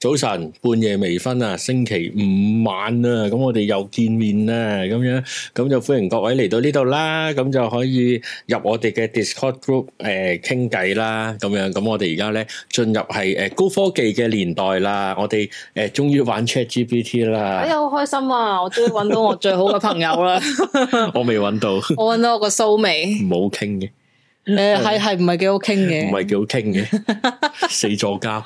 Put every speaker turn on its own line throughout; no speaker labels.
早晨，半夜微醺啊，星期五晚啊，咁我哋又見面啦，咁樣咁就歡迎各位嚟到呢度啦，咁就可以入我哋嘅 Discord group 誒、傾偈啦，咁樣咁我哋而家咧進入係誒、呃高科技嘅年代啦，我哋誒、呃終於玩 ChatGPT
哎
啦，
呀，好開心啊！我終於揾到我最好嘅朋友 啦，
我未揾到，唔好
我揾到我個蘇眉，
傾嘅，
誒係係唔係幾好傾
嗯唔
嘅？
係幾好傾嘅， 死座交。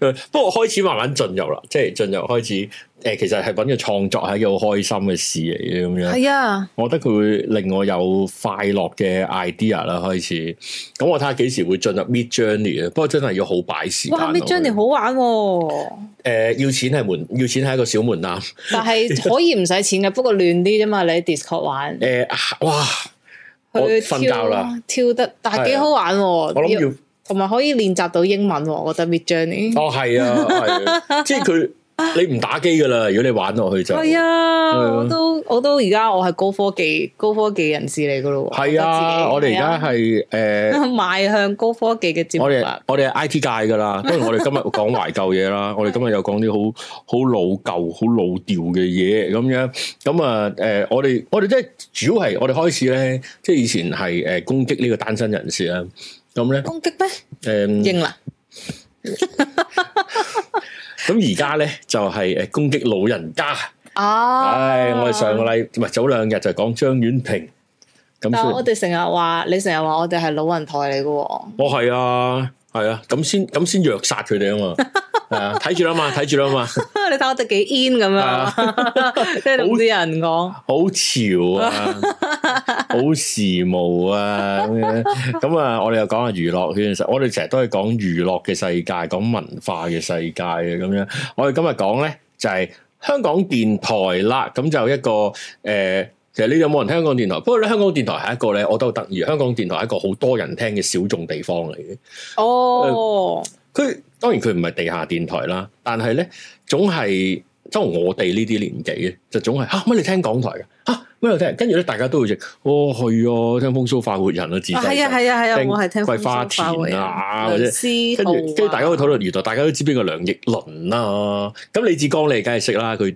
不過開始慢慢進入啦，即係進入開始誒、其實係揾個創作係一個好開心嘅事嚟嘅咁樣。
係啊，
我覺得佢會令我有快樂嘅 idea 啦，開始。咁我睇下幾時會進入 Mid Journey 啊，不過真係要好擺時間啊
哇
咯。
！Mid Journey 好玩喎，
誒、要錢係門，要錢係一個小門檻。誒、
但係可以唔使錢嘅，不過亂啲啫嘛。你喺 Discord 玩，
啊哇！我
佢
瞓覺啦，
跳啊得，但
係啊
係幾好玩喎。我
我諗要，
同埋可以練習到英文喎，我覺得 Mid Journey
哦係啊，係 啊即係佢你唔打機噶啦，如果你玩落去就
係啊，
係啊
我都我都而家我係高科技高科技人士嚟噶咯喎。
係啊，我
覺得
哋
自己
而家係誒。
係啊 邁向高科技嘅節
我
目啊
哋
啦，
我哋係 I T 界噶 啦，當然我哋今日講懷舊嘢啦，我哋今日又講啲好好老舊、好老調嘅嘢咁樣，咁啊誒，我哋我哋即係主要係我哋開始咧，即係以前係誒攻擊呢個單身人士啦，咁嗯咧
攻擊咩？
誒，
應啦，
咁而家咧就係誒攻擊老人家，
啊！
唉，我哋上個禮唔係早兩日就講張婉平，咁
但係
所
我
以
哋成日話，你成日話我哋係老人台嚟嘅喎，
我係啊係啊，咁先咁先虐殺佢哋 啊嘛，係啊，睇住啦嘛，睇住啦嘛。
你睇我哋幾 in 咁
啊
樣，即係同啲人講，
好潮啊，好時髦啊咁樣。咁啊，我哋又講下娛樂圈，其實我哋成日都係講娛樂嘅世界，講文化嘅世界嘅咁樣。我哋今日講咧就係、香港電台啦，咁就一個誒。呃其實你有冇人聽香港電台？不過咧，香港電台係一個咧，我都好得意。香港電台係一個好多人聽嘅小眾地方嚟嘅。
哦，
佢當然佢唔係地下電台啦，但係咧總係當我哋呢啲年紀嘅，就總係嚇啊乜你聽港台嘅嚇乜你聽，跟住咧大家都會認哦係啊，聽風騷快活人啊，自
啊係
細
啊係啊係啊，
聽
我係聽
桂
風
花
騷花會
田啊或者
梁思
跟
浩
住
啊，
跟住大家會討論，原來大家都知邊個梁奕倫啦，咁李志剛你梗係識啦，佢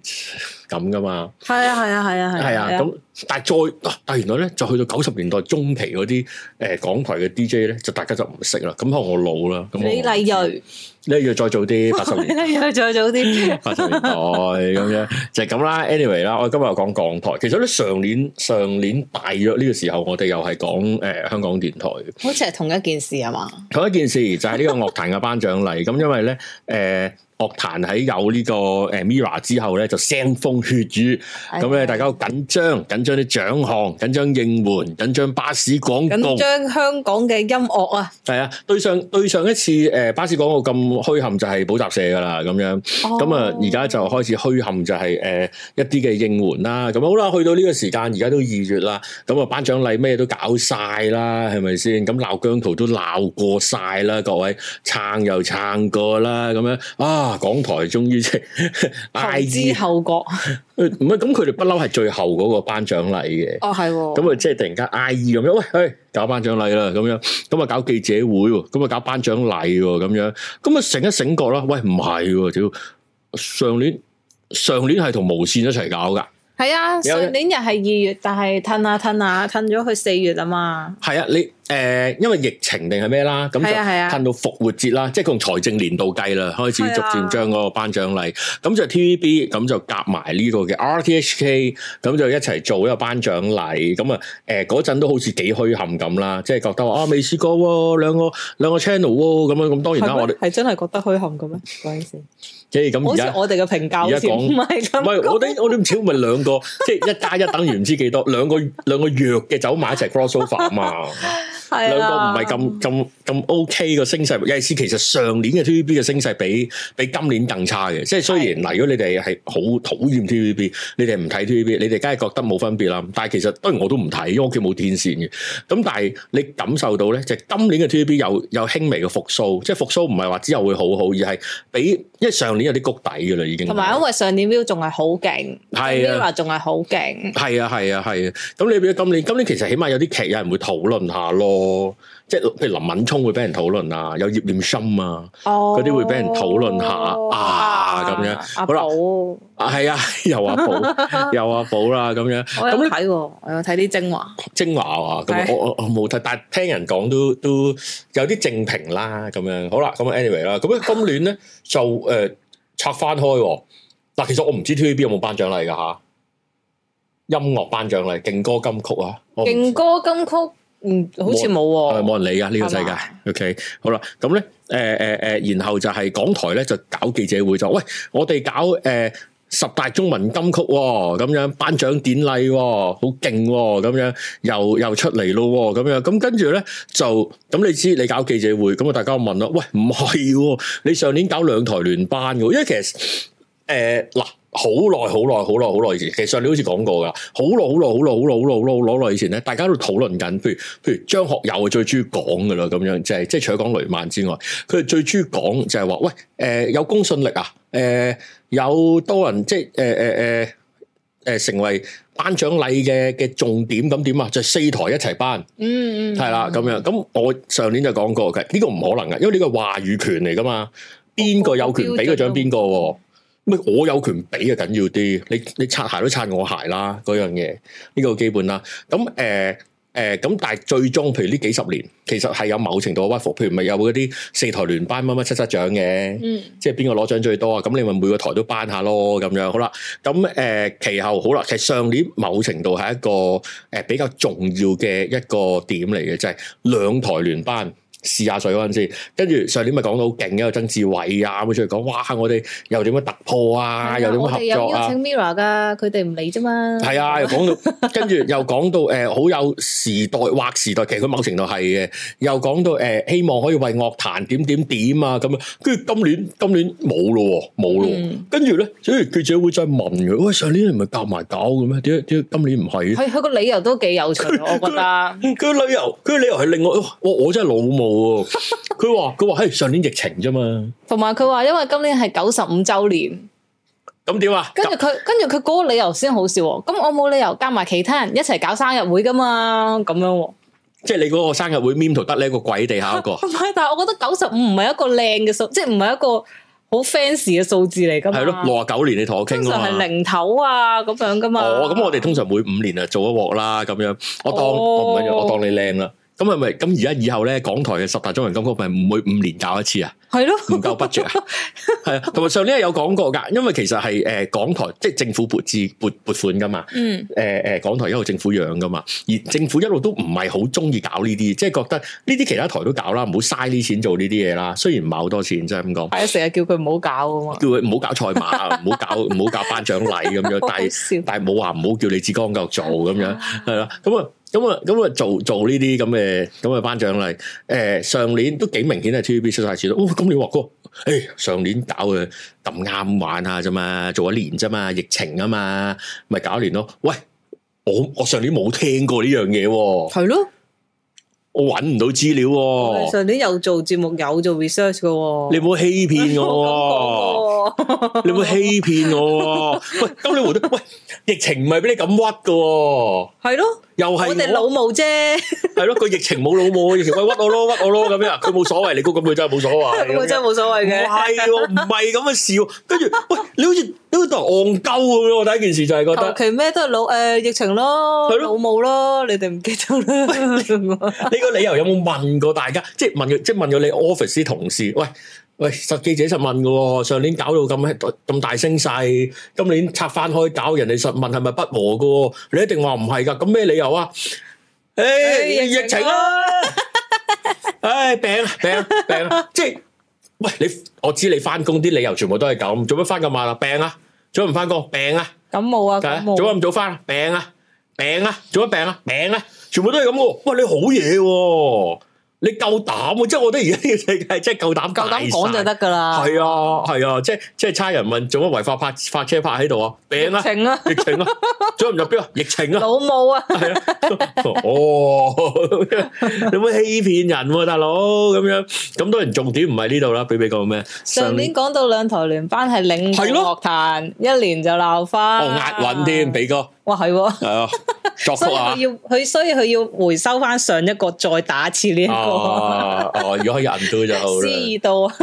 咁噶嘛，
係啊係啊係啊
係啊，咁但係再啊但係原來咧就去到九十年代中期嗰啲誒港台嘅 DJ 咧，就大家就唔識啦，咁可能我老啦，咁我
李麗蕊，
你要再做啲八十年
李。麗蕊再早啲，
八十年代哦咁 樣就係咁啦。Anyway 啦，我今日又講港台。其實咧上年上年大約呢個時候，我哋又係講誒香港電台嘅。
好似係同一件事係嘛？
同一件事就係呢個樂壇嘅頒獎禮。咁因為咧誒、呃、樂壇喺有呢個誒 Mirror 之後咧，就腥風血雨。
哎
咁咧大家好緊張，緊張啲獎項，緊張應援，緊張巴士廣告
緊。張香港嘅音樂啊，
係啊，對上對上一次誒、呃巴士廣告咁虛冚就係補習社㗎啦，咁樣。咁
咁
啊，而家就開始虛冚就係、誒、一啲嘅應援啦。咁好啦，去到呢個時間，而家都二月啦。咁啊，頒獎禮咩都搞晒啦，係咪先？咁鬧姜濤都鬧過晒啦，各位撐又撐過啦，咁樣啊，港台終於即係
後
I
知
G
後覺，
唔係咁，佢哋不嬲係最後嗰個頒獎禮嘅。
哦係喎，
咁啊，即係突然間 I E 咁樣，喂，喂，搞頒獎禮啦，咁樣，咁啊搞記者會喎，咁啊搞頒獎禮喎，咁樣，咁啊醒一醒覺啦，喂，唔係喎，屌，上年上年係同無線一齊搞噶，
係啊，
有
上年又係二月，但係褪下褪下，褪咗去四月啊嘛。
係啊，你誒、呃因為疫情定係咩啦，咁就
係啊係啊
褪到復活節啦，即係佢用財政年度計啦，開始
係啊
逐漸將嗰個頒獎禮，咁就 TVB 咁就夾埋呢個嘅 RTHK，咁就一齊做一個頒獎禮，咁啊誒嗰陣都好似幾虛冚咁啦，即係覺得話啊未試過喎、兩個兩個 channel 喎、咁樣咁當哦然啦，我哋
係真係覺得虛冚嘅咩？嗰陣時，
即係咁
好
而
似
家。
我哋嘅評價好
而
似
家講
唔係
唔係，
咁。
我哋我哋唔知咪兩個，即係一加一等於唔知幾多，兩個兩個弱嘅走埋一齊 crossover 啊嘛。
係啊
兩個唔
啦
係咁咁咁 OK 個升勢，尤其是其實上年嘅 TVB 嘅升勢比比今年更差嘅。即係雖然嗱，如果你哋係好討厭 TVB，你哋唔睇 TVB，你哋梗係覺得冇分別啦。但係其實當然我都唔睇，因為我屋企冇天線嘅。咁但係你感受到咧，就係今年嘅 TVB 有有輕微嘅復甦，即係復甦唔係話之後會好好，而係比因為上年有啲谷底嘅啦，已經
同埋因為上年 View 仲係好勁
啊係啊。
，Mirror 仲係好勁。
係啊，係啊，係啊！咁你變咗今年，今年其實起碼有啲劇有人會討論下咯，即係譬如林敏聰會俾人討論啊，有葉念琛啊，
哦，
嗰啲會俾人討論下啊咁樣
阿
好啦
寶，我
啊係啊， 又阿 寶，又阿寶啦咁樣。
有
咁
睇
呢
喎，我有睇啲精華。
精華啊，咁
係
我我我冇睇，但係聽人講都都有啲正評啦，咁樣好啦，咁啊 anyway 啦，咁今年咧就誒、呃拆翻開喎，嗱其實我唔知 TVB 有冇頒獎禮㗎嚇，音樂頒獎禮勁歌金曲啊，我唔知
勁歌金曲，嗯，好似
誒
冇喎。
冇人理噶呢、個世
係
界
嘛。
OK，好啦，咁咧誒呃誒誒，然後就係港台咧就搞記者會就喂，我哋搞誒、呃十大中文金曲喎、咁樣頒獎典禮喎、好勁喎，咁樣又又出嚟咯喎，咁樣咁跟住咧就咁你知你搞記者會，咁啊大家問啦，喂唔係喎，你上年搞兩台聯班嘅喎，因為其實。誒嗱，好耐好耐好耐好耐以前，其實上年好似講過㗎，好耐好耐好耐好耐好耐好耐好耐以前咧，大家都討論緊，譬如譬如張學友啊最中意講㗎啦，咁樣即係即係除咗講雷曼之外，佢哋最中意講就係話，喂誒、呃有公信力啊，誒、有多人即係誒誒誒誒成為頒獎禮嘅嘅重點咁點啊，就四台一齊頒。
嗯嗯，
係啦，咁樣咁我上年就講過嘅，呢個唔可能嘅，因為呢個話語權嚟噶嘛，邊個有權俾個獎邊個喎？咩我有權俾啊，緊要啲，你你擦鞋都擦我鞋啦，嗰樣嘢呢個基本啦。咁誒誒，呃呃咁、但係最終，譬如呢幾十年，其實係有某程度嘅屈服，譬如咪有嗰啲四台聯班乜乜七七獎嘅。
嗯，
即係邊個攞獎最多啊？咁你咪每個台都頒下咯，咁樣好啦。咁誒、呃其後好啦，其實上年某程度係一個誒、呃比較重要嘅一個點嚟嘅，就係、兩台聯班。試下水嗰陣先，跟住上年咪講到好勁嘅，有曾志偉啊，咁出嚟講，哇！我哋又點樣突破啊，又點樣
我哋有
合作
邀
啊
請，Mira 噶，佢哋唔嚟啫嘛。
係啊，又講到， 跟住又講到誒、呃好有時代劃時代，其實佢某程度係嘅，又講到誒、呃希望可以為樂壇點點點啊咁樣，跟住今年今年冇咯喎，冇咯喎。
嗯，
跟住咧，所以記者會再問佢：喂，上年你唔係夾埋搞嘅咩？點解點解今年唔係？
佢佢個理由都幾有趣，我覺得。
佢嘅理由，佢嘅理由係另外，我我真係老母喎。 佢話佢話，嘿，上年疫情啫嘛，
同埋佢話，因為今年係九十五周年，
咁點啊？
跟住佢跟住佢嗰個理由先好笑喎。咁我冇理由加埋其他人一齊搞生日會噶嘛，咁樣喎。
即係你嗰個生日會 meme 圖得呢一個鬼地下一個，
唔係，但係我覺得九十五唔係一個靚嘅數，即係唔係一個好 fans 嘅數字嚟噶嘛。
係咯，六啊九年你同我傾
通
啊
常係
嘛。
零頭啊咁樣噶嘛。
哦，咁我哋通常每五年啊做一鑊啦，咁樣我當
哦
我唔緊要，我當你靚啦。咁係咪咁而家以後咧，港台嘅十大中文金曲咪每五年搞一次啊？
係咯，
唔夠 budget 啊，係啊，同埋上年係有講過㗎，因為其實係誒、呃港台即係政府撥資撥撥款㗎嘛，
嗯，
誒、呃、誒港台一路政府養㗎嘛，而政府一路都唔係好中意搞呢啲，即係覺得呢啲其他台都搞啦，唔好嘥呢錢做呢啲嘢啦。雖然唔係好多錢，即係咁講，
係啊，成日叫佢唔好搞噶嘛。
叫佢唔好搞賽馬，唔好搞唔好搞頒獎禮咁樣，
好
但
好
係
笑，
但係冇話唔好叫李志剛繼續做咁樣。係啦，咁啊，咁啊，咁啊，做做呢啲咁嘅咁嘅頒獎禮，誒、上年都幾明顯係 TVB 出晒錢咯。哦，咁你話哥，誒、上年搞嘅咁啱玩下啫嘛，做一年啫嘛，疫情啊嘛，咪搞一年咯。喂，我我上年冇聽過呢樣嘢喎，我
係咯。
揾唔到資料
我哋
喎，
上年有做節目，有做 research 噶喎。
你唔好欺騙我喎。
我咁講過喎
你會欺騙我喎？喂，咁你回到喂，疫情唔係俾你咁屈噶，
係咯，
又係
我哋老母啫，
系咯，個疫情冇老母，疫情喂屈我咯，屈我咯咁樣，啊佢冇所謂，你估咁佢真係 冇所謂，
我真係冇所謂
唔
嘅。
係喎，唔係咁嘅事喎。跟住喂，你好似你好似當戇鳩咁樣，我第一件事就係覺
求
得
其咩都係老誒疫情咯，
係咯
老母咯，你哋唔記得啦。
你個理由有冇問過大家？即係問佢，即係問咗你 office 啲同事，喂喂，實記者實問嘅喎，上年搞到咁咁大聲勢，今年拆翻開搞，人哋實問係咪不和嘅喎？你一定話唔係㗎，咁咩理由啊？ 誒、疫情啊啦、唉，病啦，
啊
病啦，病啦， 即係喂你，我知你翻工啲理由全部都係咁，做乜翻咁晚啊？病啊，做乜唔翻工？病啊，
感冒啊，
係
感
啊
冒
做。乜咁早翻啊？病啊，病啊，做乜病啊？病啊，全部都係咁喎。喂，你好嘢喎、你夠膽喎、即係我覺得而家呢個世界真係夠膽，
夠膽講就。得噶啦。
係啊，係啊，即係即係差人問做乜違法泊泊車泊喺度啊？病啊
疫， 情啊，
疫情 啊，做乜唔入標啊？疫情啊！
老母啊，
係啊， 哦，你唔好欺騙人喎、大佬咁樣。咁當然重點唔係呢度啦，比比講咩？
上年講到兩台聯班係領
係
導
咯
樂壇，一年就鬧翻。
哦押韻添，比哥
哇係喎，
系啊，作
啊 所
曲
以
啊
佢。要佢所以佢要回收翻上一個再打一次呢一 個
啊哦，如果有人到就好
思
啦。
意到啊，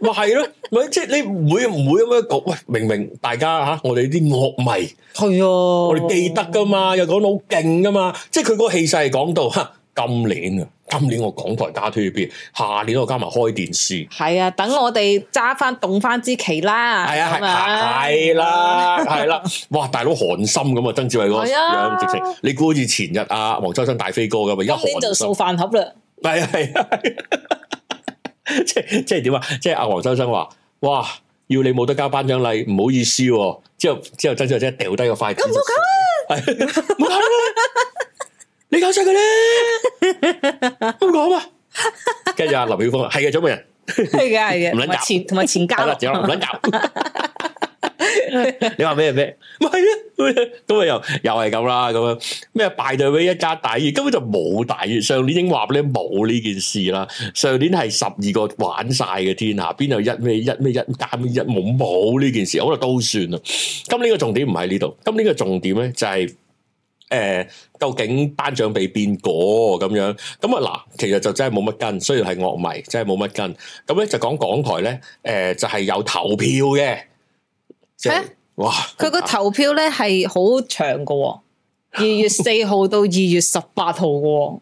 咪係咯，咪即係你唔會唔會咁樣講？喂，明明大家吓，我哋啲樂迷，
係啊，
我
我
哋記得噶嘛，又講到好勁噶嘛，即係佢嗰個氣勢係講到吓，今年啊，今年我港台加 TVB，下年我加埋開電視。
係啊，等我哋揸翻動翻支旗啦，
係啊
咁啊
係係啦係啦，哇大佬寒心咁啊，曾志偉嗰個
係啊
樣直情，你估好似前日啊黃秋生大飛哥咁啊，而家
今年就
寒心
掃。飯 盒啦，
係啊係啊，係啊 即係即係點啊？即係阿黃秋生話：，哇，要你冇得交頒獎禮，唔好意思、喎。之後之後曾志偉真係掉低個筷子，咁冇搞啊，冇搞啦，你搞出佢咧， 唔講啊。跟住阿林曉峰話：，係嘅，掌門人，
係嘅係
唔
嘅，
撚
同
夾
埋前同埋 前
係
家
啦，
樂
掌門人唔撚搞。你話咩咩？唔係啊，咁啊又又係咁啦，咁樣咩敗對俾一家大熱，根本就冇大熱。上年已經話俾你冇呢件事啦，上年係十二個玩晒嘅天下，邊有一咩一咩一加咩一冇冇呢件事，好啦都算啦。今年嘅重點唔喺呢度，今年嘅重點咧就係、誒、究竟頒獎俾邊個咁樣？咁啊嗱，其實就真係冇乜跟，雖然係樂迷，真係冇乜跟。咁咧就講港台咧，誒、呃就係、有投票嘅，即係
係啊
哇！
佢個投票咧係好長噶、喎，二月四號到二月十八號噶、喎，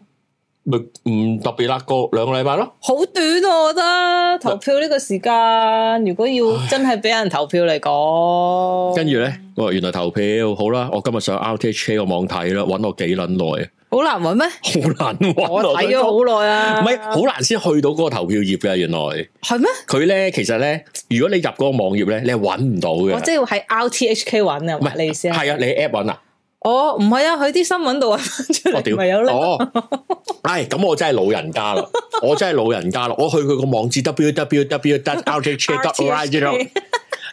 咪唔特別啦，過兩個禮拜咯。
好短啊！我覺得投票呢個時間，如果要真係俾人投票嚟講，
跟住咧，我話原來投票好啦，我今日上 RTHK 個網睇啦，揾我幾撚耐啊，
好難揾咩？
好難揾啊。
我睇咗好耐啊，
唔係好難先去到嗰個投票頁嘅。原來
係咩？
佢咧其實咧，如果你入嗰個網頁咧，你係揾唔到
我即
嘅。
係喺 RTHK 揾啊，
啊唔係
你意思啊？
係啊，你 app 揾 啊？
哦，唔係啊，佢啲新聞度揾翻出
我
嚟，
屌，
咪有咯。
哦，唉，咁我真係老人 家啦，我真係老人家啦，我去佢個網址
哎
www.rtc.org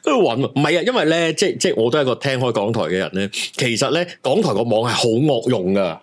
都要揾喎，唔係啊，因為咧，即係即係我都係一個聽開港台嘅人咧。其實咧，港台個網係好惡用噶。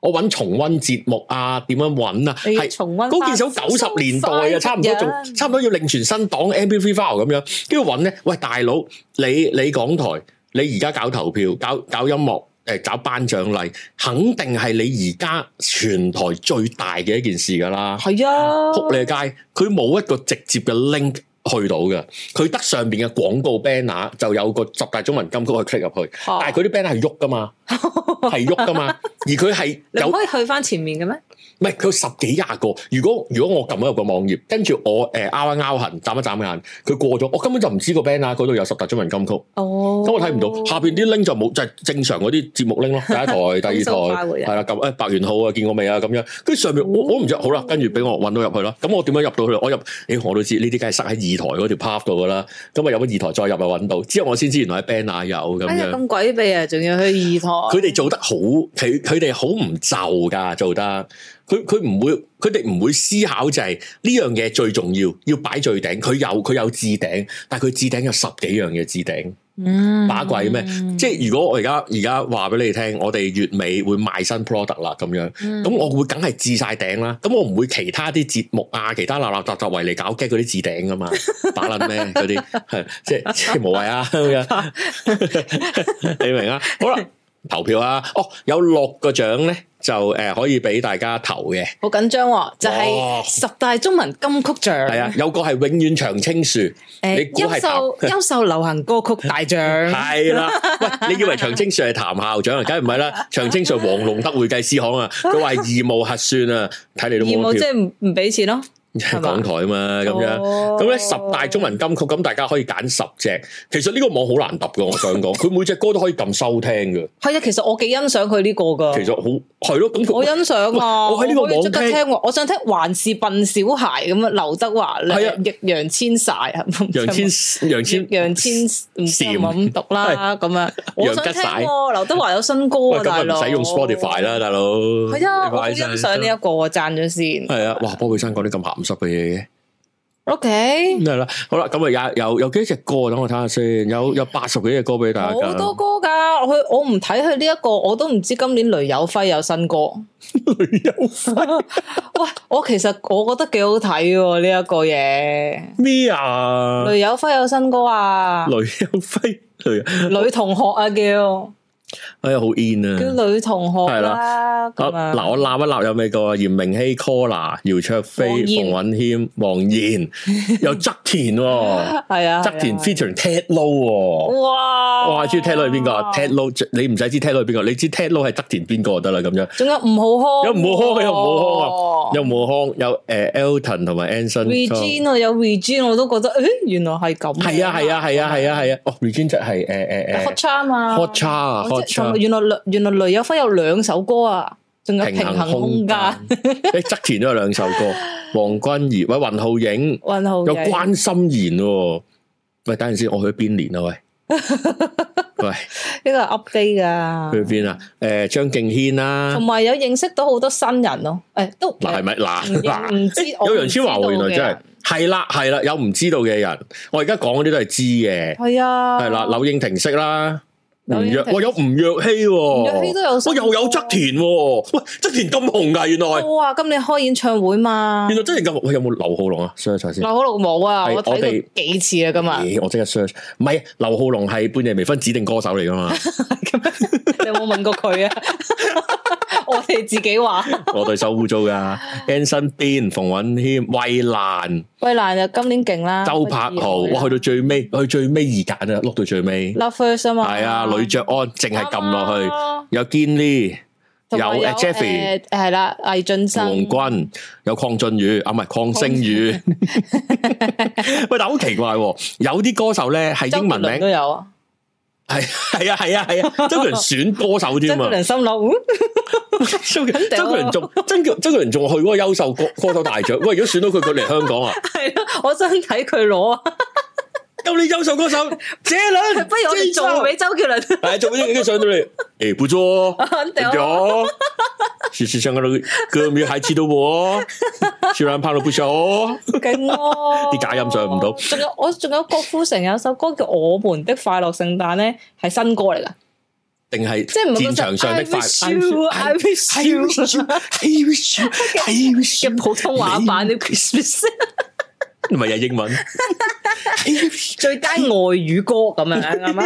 我揾重温節目
哎
啊，點樣揾啊？
你要
係
重温
嗰件事好九十年代啊，差唔多仲差唔多要另存新檔 MP3 file 咁樣，跟住揾咧，喂大佬，你你港台，你而家搞投票，搞搞音樂，誒、搞頒獎禮，肯定係你而家全台最大嘅一件事㗎啦。
係啊，
扑你街，佢冇一個直接嘅 link 去到嘅，佢得上邊嘅廣告 banner 就有個十大中文金曲去 click 入去，
哦
但係佢啲 banner 係喐噶 嘛，係喐噶嘛，而佢係
你唔
有
可以去翻前面嘅咩？
唔係佢有十幾廿個。如果如果我撳咗入個網頁，跟住我誒拗一拗痕，眨一眨眼，佢過咗，我根本就唔知個 banner 嗰度有十大中文金曲，咁
哦，
我睇唔到，下邊啲 link 就冇，就係正常嗰啲節目 link 咯，第一台、
通
第
訊
二台
快。活人哦
係啦，咁誒白元浩啊，見過未啊？咁樣，跟住上面我我唔知，好啦，跟住俾我揾到入去啦。咁我點樣入到去？我入，誒、我都知呢啲梗係塞喺二台嗰條 path 度噶啦。咁啊入咗二台再入啊揾到，之後我先知原來喺 banner 有咁
哎呀，
樣。
咁鬼秘啊，仲要去二台
佢。哋做得好，佢佢哋好唔就噶，做得佢佢唔會，佢哋唔會思考就係呢樣嘢最重要，要擺最頂。佢有佢有置頂，但係佢置頂有十幾樣嘢置頂。
嗯
把鬼咩？即係如果我而家而家話俾你聽，我哋月尾會賣新 product 啦，咁樣，
嗯
咁我會梗係置晒頂啦。咁我唔會其他啲節目啊，其他垃垃雜雜為嚟搞 g 嗰啲置頂噶 嘛，把撚咩嗰啲，係即係即係無謂啊咁 樣，你明啊？好啦，投票啊！哦，有六個獎咧，就誒、呃可以俾大家投嘅，
好緊張喎，就
哇
係十大中文金曲獎，
係啊，有個係永遠長青樹，你
誒
估係
優秀
頭
優秀流行歌曲大 獎，
系啦，喂，你以為長青樹係譚校長啊？梗係唔係啦，長青樹黃龍德會計師行啊，佢話義務核算啊，睇你都
義
冇
務即
票，
係唔唔俾錢咯， 係嘛
港台啊嘛咁樣。
哦
咁咧十大中文金曲，咁大家可以揀十隻。其實呢個網好難揼噶，我想講，佢每隻歌都可以撳收聽噶。
係啊，其實我幾欣賞佢呢個噶，
其實好係咯，咁佢
我欣賞啊，
喂我喺呢個
可以即刻
網聽
聽喎，我想聽還是笨小孩咁啊，劉德華
係啊
易烊千 璽啊，
楊千楊千
易烊千唔知有冇咁讀 啦，咁啊，我想
楊
聽
哎吉璽
喎，劉德華有新歌
喂
啊，
咁
大
啊
佬，
唔使用 Spotify 啦，大佬。
係啊，我好
Spotify
欣
真係
賞呢一個喎，讚咗先
係啊，哇！波比山講啲咁鹹濕嘅嘢嘅。
，OK。
系啦，好啦，咁啊有有有几隻歌，等我睇下先，有有八十幾隻歌俾大家
好多
揀。
歌噶，佢我唔睇佢呢一個，我都唔知今年雷有輝有 新歌。
旅遊
喂，我其實我覺得幾好睇喎呢一個嘢。
咩啊？
雷有輝有新歌啊，
旅遊輝旅
女同學啊叫，
哎呀，好 in 啊！
叫女同學
係
啦，咁
啊
啊，
嗱，我攬一攬有美個嚴明熙、Cola、姚卓飛、
黃燕
馮允謙、黃 燕，有側田喎，
係啊，
側田
係啊
featuring Ted Low 喎。
哇！
哇！知 Ted Low 係邊個啊？Ted Low 你唔使知 Ted Low 係邊個，你知 Ted Low 係側田邊個就得啦咁樣。
仲有吳浩
有
康喎，
吳浩康有吳浩康，啊有吳浩康，有誒 Elton 同埋 Anson。
Regine 啊，有 Regine 我都覺得，誒，原來係咁。
係啊係啊係啊係啊係啊！哦，Regine 就係誒誒
，Hot
誒
Charm 啊
Hot Cha 啊
我
Hot
即係
Cha
同埋。原來雷原來雷有輝有兩首歌啊，仲有平衡空間，
誒，側田都有兩首歌，黃君儀、喂雲浩影。
運好
有
嘅
關心妍喎、喂，等陣先，我去邊年啊？喂， 喂，
呢個係 update 噶，
去邊啊？誒、張敬軒啦、
同埋有認識到好多新人咯。誒，都
嗱係咪
唔
嗱嗱？
唔知
有楊千嬅喎，原來真係
係
係啦係啦，有唔知道嘅人，我而家講嗰啲都係知嘅，
係啊，
係啦，柳應廷識啦，吳
柳應
若
廷
哇有吳若希
吳若希
喎、
都有新
我
歌，
又有側田喎、喂側田咁紅㗎原來，
哇！啊今年開演唱會嘛
原，來側田咁紅，喂有冇劉浩龍啊？search 下先。
劉可樂冇啊，
係
我睇
我哋
過幾次啊，今日
咦我即刻 search，唔係劉浩龍係半夜微醺指定歌手嚟㗎嘛？
你有冇問過佢 啊？我哋自己話，
我對手污糟噶，Anson Bean、馮允謙、衛蘭、
衛蘭啊，今年勁啦，
周柏豪，
啊
哇，去到最尾，去最尾二揀啊，碌到最尾，
Love First 啊嘛，
係啊，呂爵安淨係撳落去，
去。
有堅 Lee，有
同埋
誒 Jeffy、
誒係啦，魏俊生
黃君，有邝俊宇，啊唔係邝星宇， 喂，但好奇怪喎，有啲歌手咧係
周
英
杰
文
倫
名
都，有啊。
係係啊係啊係啊，周杰倫選歌手
周
添
杰
啊。
倫心諗，嗯
周杰周杰倫
啊
仲真叫周杰倫仲去嗰個優秀歌歌手大獎，喂！如果選到佢，佢嚟香港啊！
係咯，我想睇佢攞啊，
到你優秀歌 手，這輪
不如我哋做俾周杰倫，
係哎做俾你上到嚟，誒不錯哦，
肯定啊
有，事實上嗰度歌迷還記得 我，雖然拍到不少哦，
勁喎！
啲假音上唔到
仲有我仲有郭富城有首歌叫《我們的快樂聖誕》咧，係新歌嚟噶，
定係
即係唔係嗰
戰
隻
場上的
I
快
wish you, I wish you
I wish you, I wish you
嘅普通話版嘅 Christmas
唔係啊英文，I wish
最佳外語歌咁樣啱 啊嘛？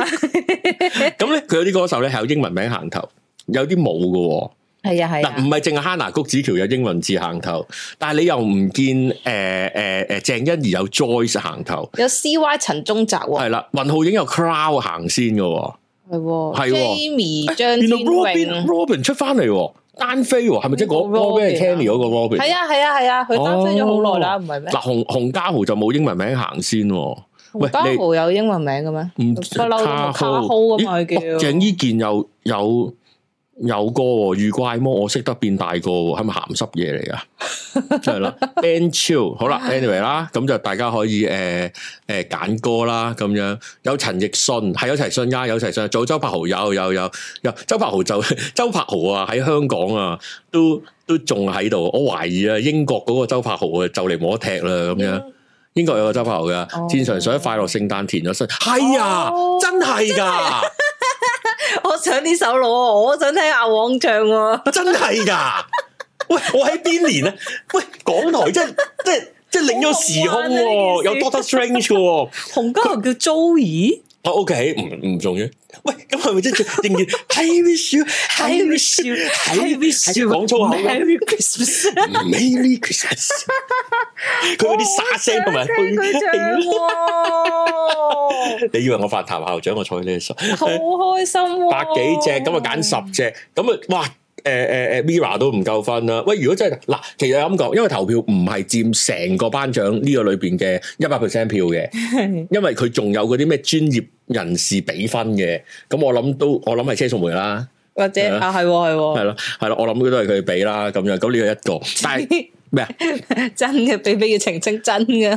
咁咧佢有啲歌手咧係有英文名行頭，有啲冇嘅喎。
係啊係
嗱，唔
啊，
係淨係 Hannah 谷子喬有英文字行頭，但係你又唔見誒誒誒鄭欣宜有 Joyce 行頭，
有 C Y 陳宗澤喎，
係啦，雲浩影有 Crow 行先嘅喎，
係喎，
係喎
Jamie 張
原
天
來
榮
Robin。Robin 出翻嚟喎，單飛喎，係咪即係嗰
邊個 Robin
嗰邊係 Kenny 嗰個 Robin？
係啊係啊係啊，佢單飛咗好耐啦，唔係咩？
哦嗱，洪洪嘉豪就冇英文名行先喎，喂
洪嘉
你
豪有英文名嘅咩？
唔
不嬲都冇卡號啊嘛，
咦
佢
哦
叫
鄭伊健又有有歌喎，遇怪魔我識得變大個喎，係咪鹹濕嘢嚟噶？ 係啦，Ben Chill 好啦，anyway 啦，咁就大家可以誒誒揀歌啦，咁樣有陳奕迅係有陳奕迅啊，有陳奕迅，早周柏豪有有有有周柏豪就 周柏豪啊喺香港啊都都仲喺度，我懷疑啊英國嗰個周柏豪啊就嚟冇得踢啦咁樣。英國有個周柏豪噶，
哦
戰場上的快樂聖誕填咗身，係啊，
哦
真係噶，
我想呢首攞，我想聽阿王唱喎。
真係噶。喂，我喺邊年啊？喂，港台即係即係即係領咗時空
好
喎，
好玩啊
有
啊呢件事
Doctor Strange 嘅喎。
洪嘉豪叫 Joey，
我 OK，唔唔重要。喂，咁係咪即係 仍然 I wish you，I wish you，
I wish you
講粗口嘅
Merry Christmas。
Merry Christmas。佢嗰啲沙聲同埋
聽佢唱喎，
你以為我發譚校長，我坐喺你嘅手。
好開心喎！
百幾
哦
隻，咁啊揀十隻，咁啊哇！誒誒誒，Mira 都唔夠分啦。喂，如果真係嗱，其實有咁講，因為投票唔係佔成個頒獎呢個裏邊嘅一百 percent 票嘅，
十，
因為佢仲有嗰啲咩專業人士比分嘅。咁我諗都，我諗係車淑梅啦，
或者啊係喎係
係
喎
咯係咯，我諗佢都係佢比啦咁樣。咁呢個一個，但 係咩啊？
真嘅，比比要澄清真嘅，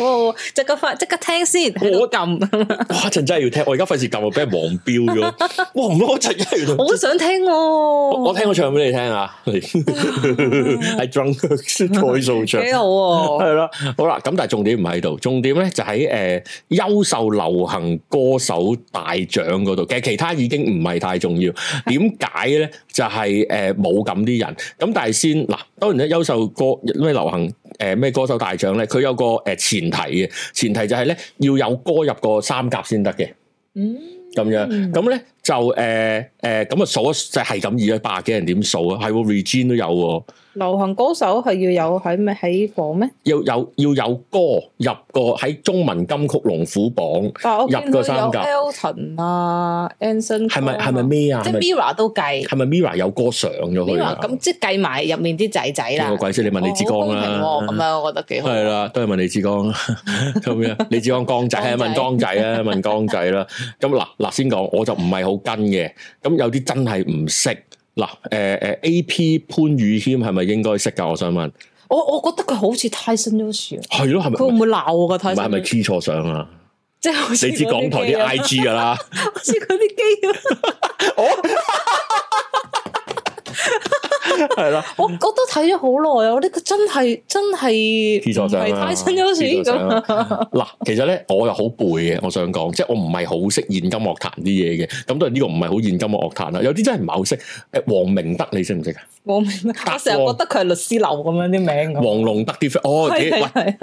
我即刻快即刻聽先，喺度撳，
哇！陣真係要聽，我而家費事撳，我俾人黃標咗。哇！唔好我陣真係要
好啊想聽喎。
我我聽我唱俾你聽啊， 係 drunk 蔡數唱。
幾好喎、
係啦，好啦，咁但係重點唔喺度，重點咧就喺誒優秀流行歌手大獎嗰度，其實其他已經唔係太重要。點解咧？就係誒冇咁啲人，咁但係先嗱，當然咧優秀歌咩流行誒咩、歌手大獎咧，佢有個誒前提嘅，前提就係咧要有歌入個三甲先得嘅。
嗯，
咁樣，咁咧就誒誒咁啊數一就係咁易啊，百幾人點數啊？係喎，Regine 都有喎，
流行歌手係要有喺咩喺榜咩？
要有要有歌入過喺中文金曲龍虎榜，
但係我見
入
到
過
有
三甲
Elton 啊，Anson
係咪
Kong 啊
係咪咩啊？
即
係
係
咪
Mira 都計
係咪 Mira 有歌上咗去
，Mira
啊？
咁即係計埋入面啲仔仔啦
個。鬼知你問李志
哦好
剛
公平喎咁
啦。
樣我覺得幾好。
係啦，都係問李志剛啦， 咁 樣李志剛江仔，係問江
江仔
仔 啊，問江仔啦。咁嗱嗱先講，我就唔係好跟嘅，咁有啲真係唔識。嗱，誒誒，A P 潘宇軒係咪應該識㗎？我想問，
我我覺得佢好似 Tyson Yoshi，
係咯，係咪
佢會唔會鬧我噶
唔係係
Tyson？
咪
Yoshi？
key 錯相啊？
即係好似
你知港台啲 I G 噶啦，
啊 好似嗰 啲機啊！
係啦，
我覺得睇咗好耐啊！我呢個真係真係
廁所相
係
啦
Tyson Yoshi
廁所相啦
咁啊！
嗱，其實咧我又好背嘅，我想講，即係我唔係好識現今樂壇啲嘢嘅，咁當然呢個唔係好現今嘅樂壇啦，有啲真係唔係好識。誒，黃明德你識唔識啊？
我明白，我成日覺得佢係律師樓咁樣啲名咁。
黃龍德啲 friend，哦，
係
幾
係係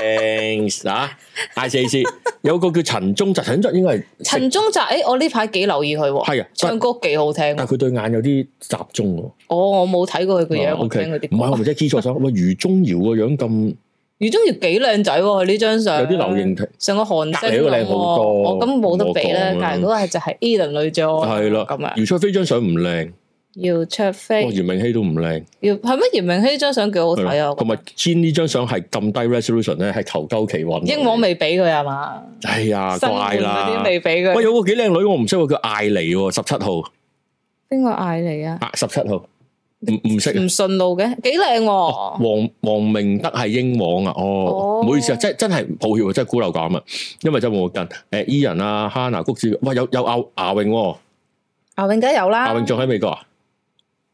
喂，誒啊，I C C，有個叫陳忠澤，陳忠澤應該係識
陳宗澤，誒，我呢排幾留意佢喎，
係啊，
唱
但
歌幾好聽喎。
但佢對眼有啲集中喎。
我我冇睇過佢個樣，
哦
我聽
OK，
佢
唔
啲
係我
歌。
咪即係 key 錯相。喂，余宗瑤個樣咁
余宗瑤幾靚仔喎，佢呢張相
有啲流形。
上個韓星
隔離嗰個靚
咁喎，
好多
我咁冇得比啦。
唔好講
隔
啦
離嗰個係就係 Eden 女裝，
係啦
咁啊，
余卓飛張相唔靚，
姚卓
哇，
飛，
袁明熙都唔靚。
姚係乜？姚明熙張相幾好睇啊！
同埋 Jin 呢張相係咁低 resolution 咧，係求鳩其運。
英皇未俾佢係嘛？
哎呀，
新
怪
冠嗰
啦
啲！未俾
喂，
佢。
有個幾靚女，我唔識喎，叫艾莉喎，十七號
邊個嗌你啊？
啊，十七號，唔唔識啊。
唔順路嘅，幾靚喎！
黃黃明德係英皇啊，
啊哦
哦，唔好意思啊，真真係抱歉啊，真係孤陋寡聞，因為真係冇跟。誒伊人啊、Hannah 谷子，喂有有阿阿穎喎，
啊阿永梗有啦，
阿穎仲喺美國啊？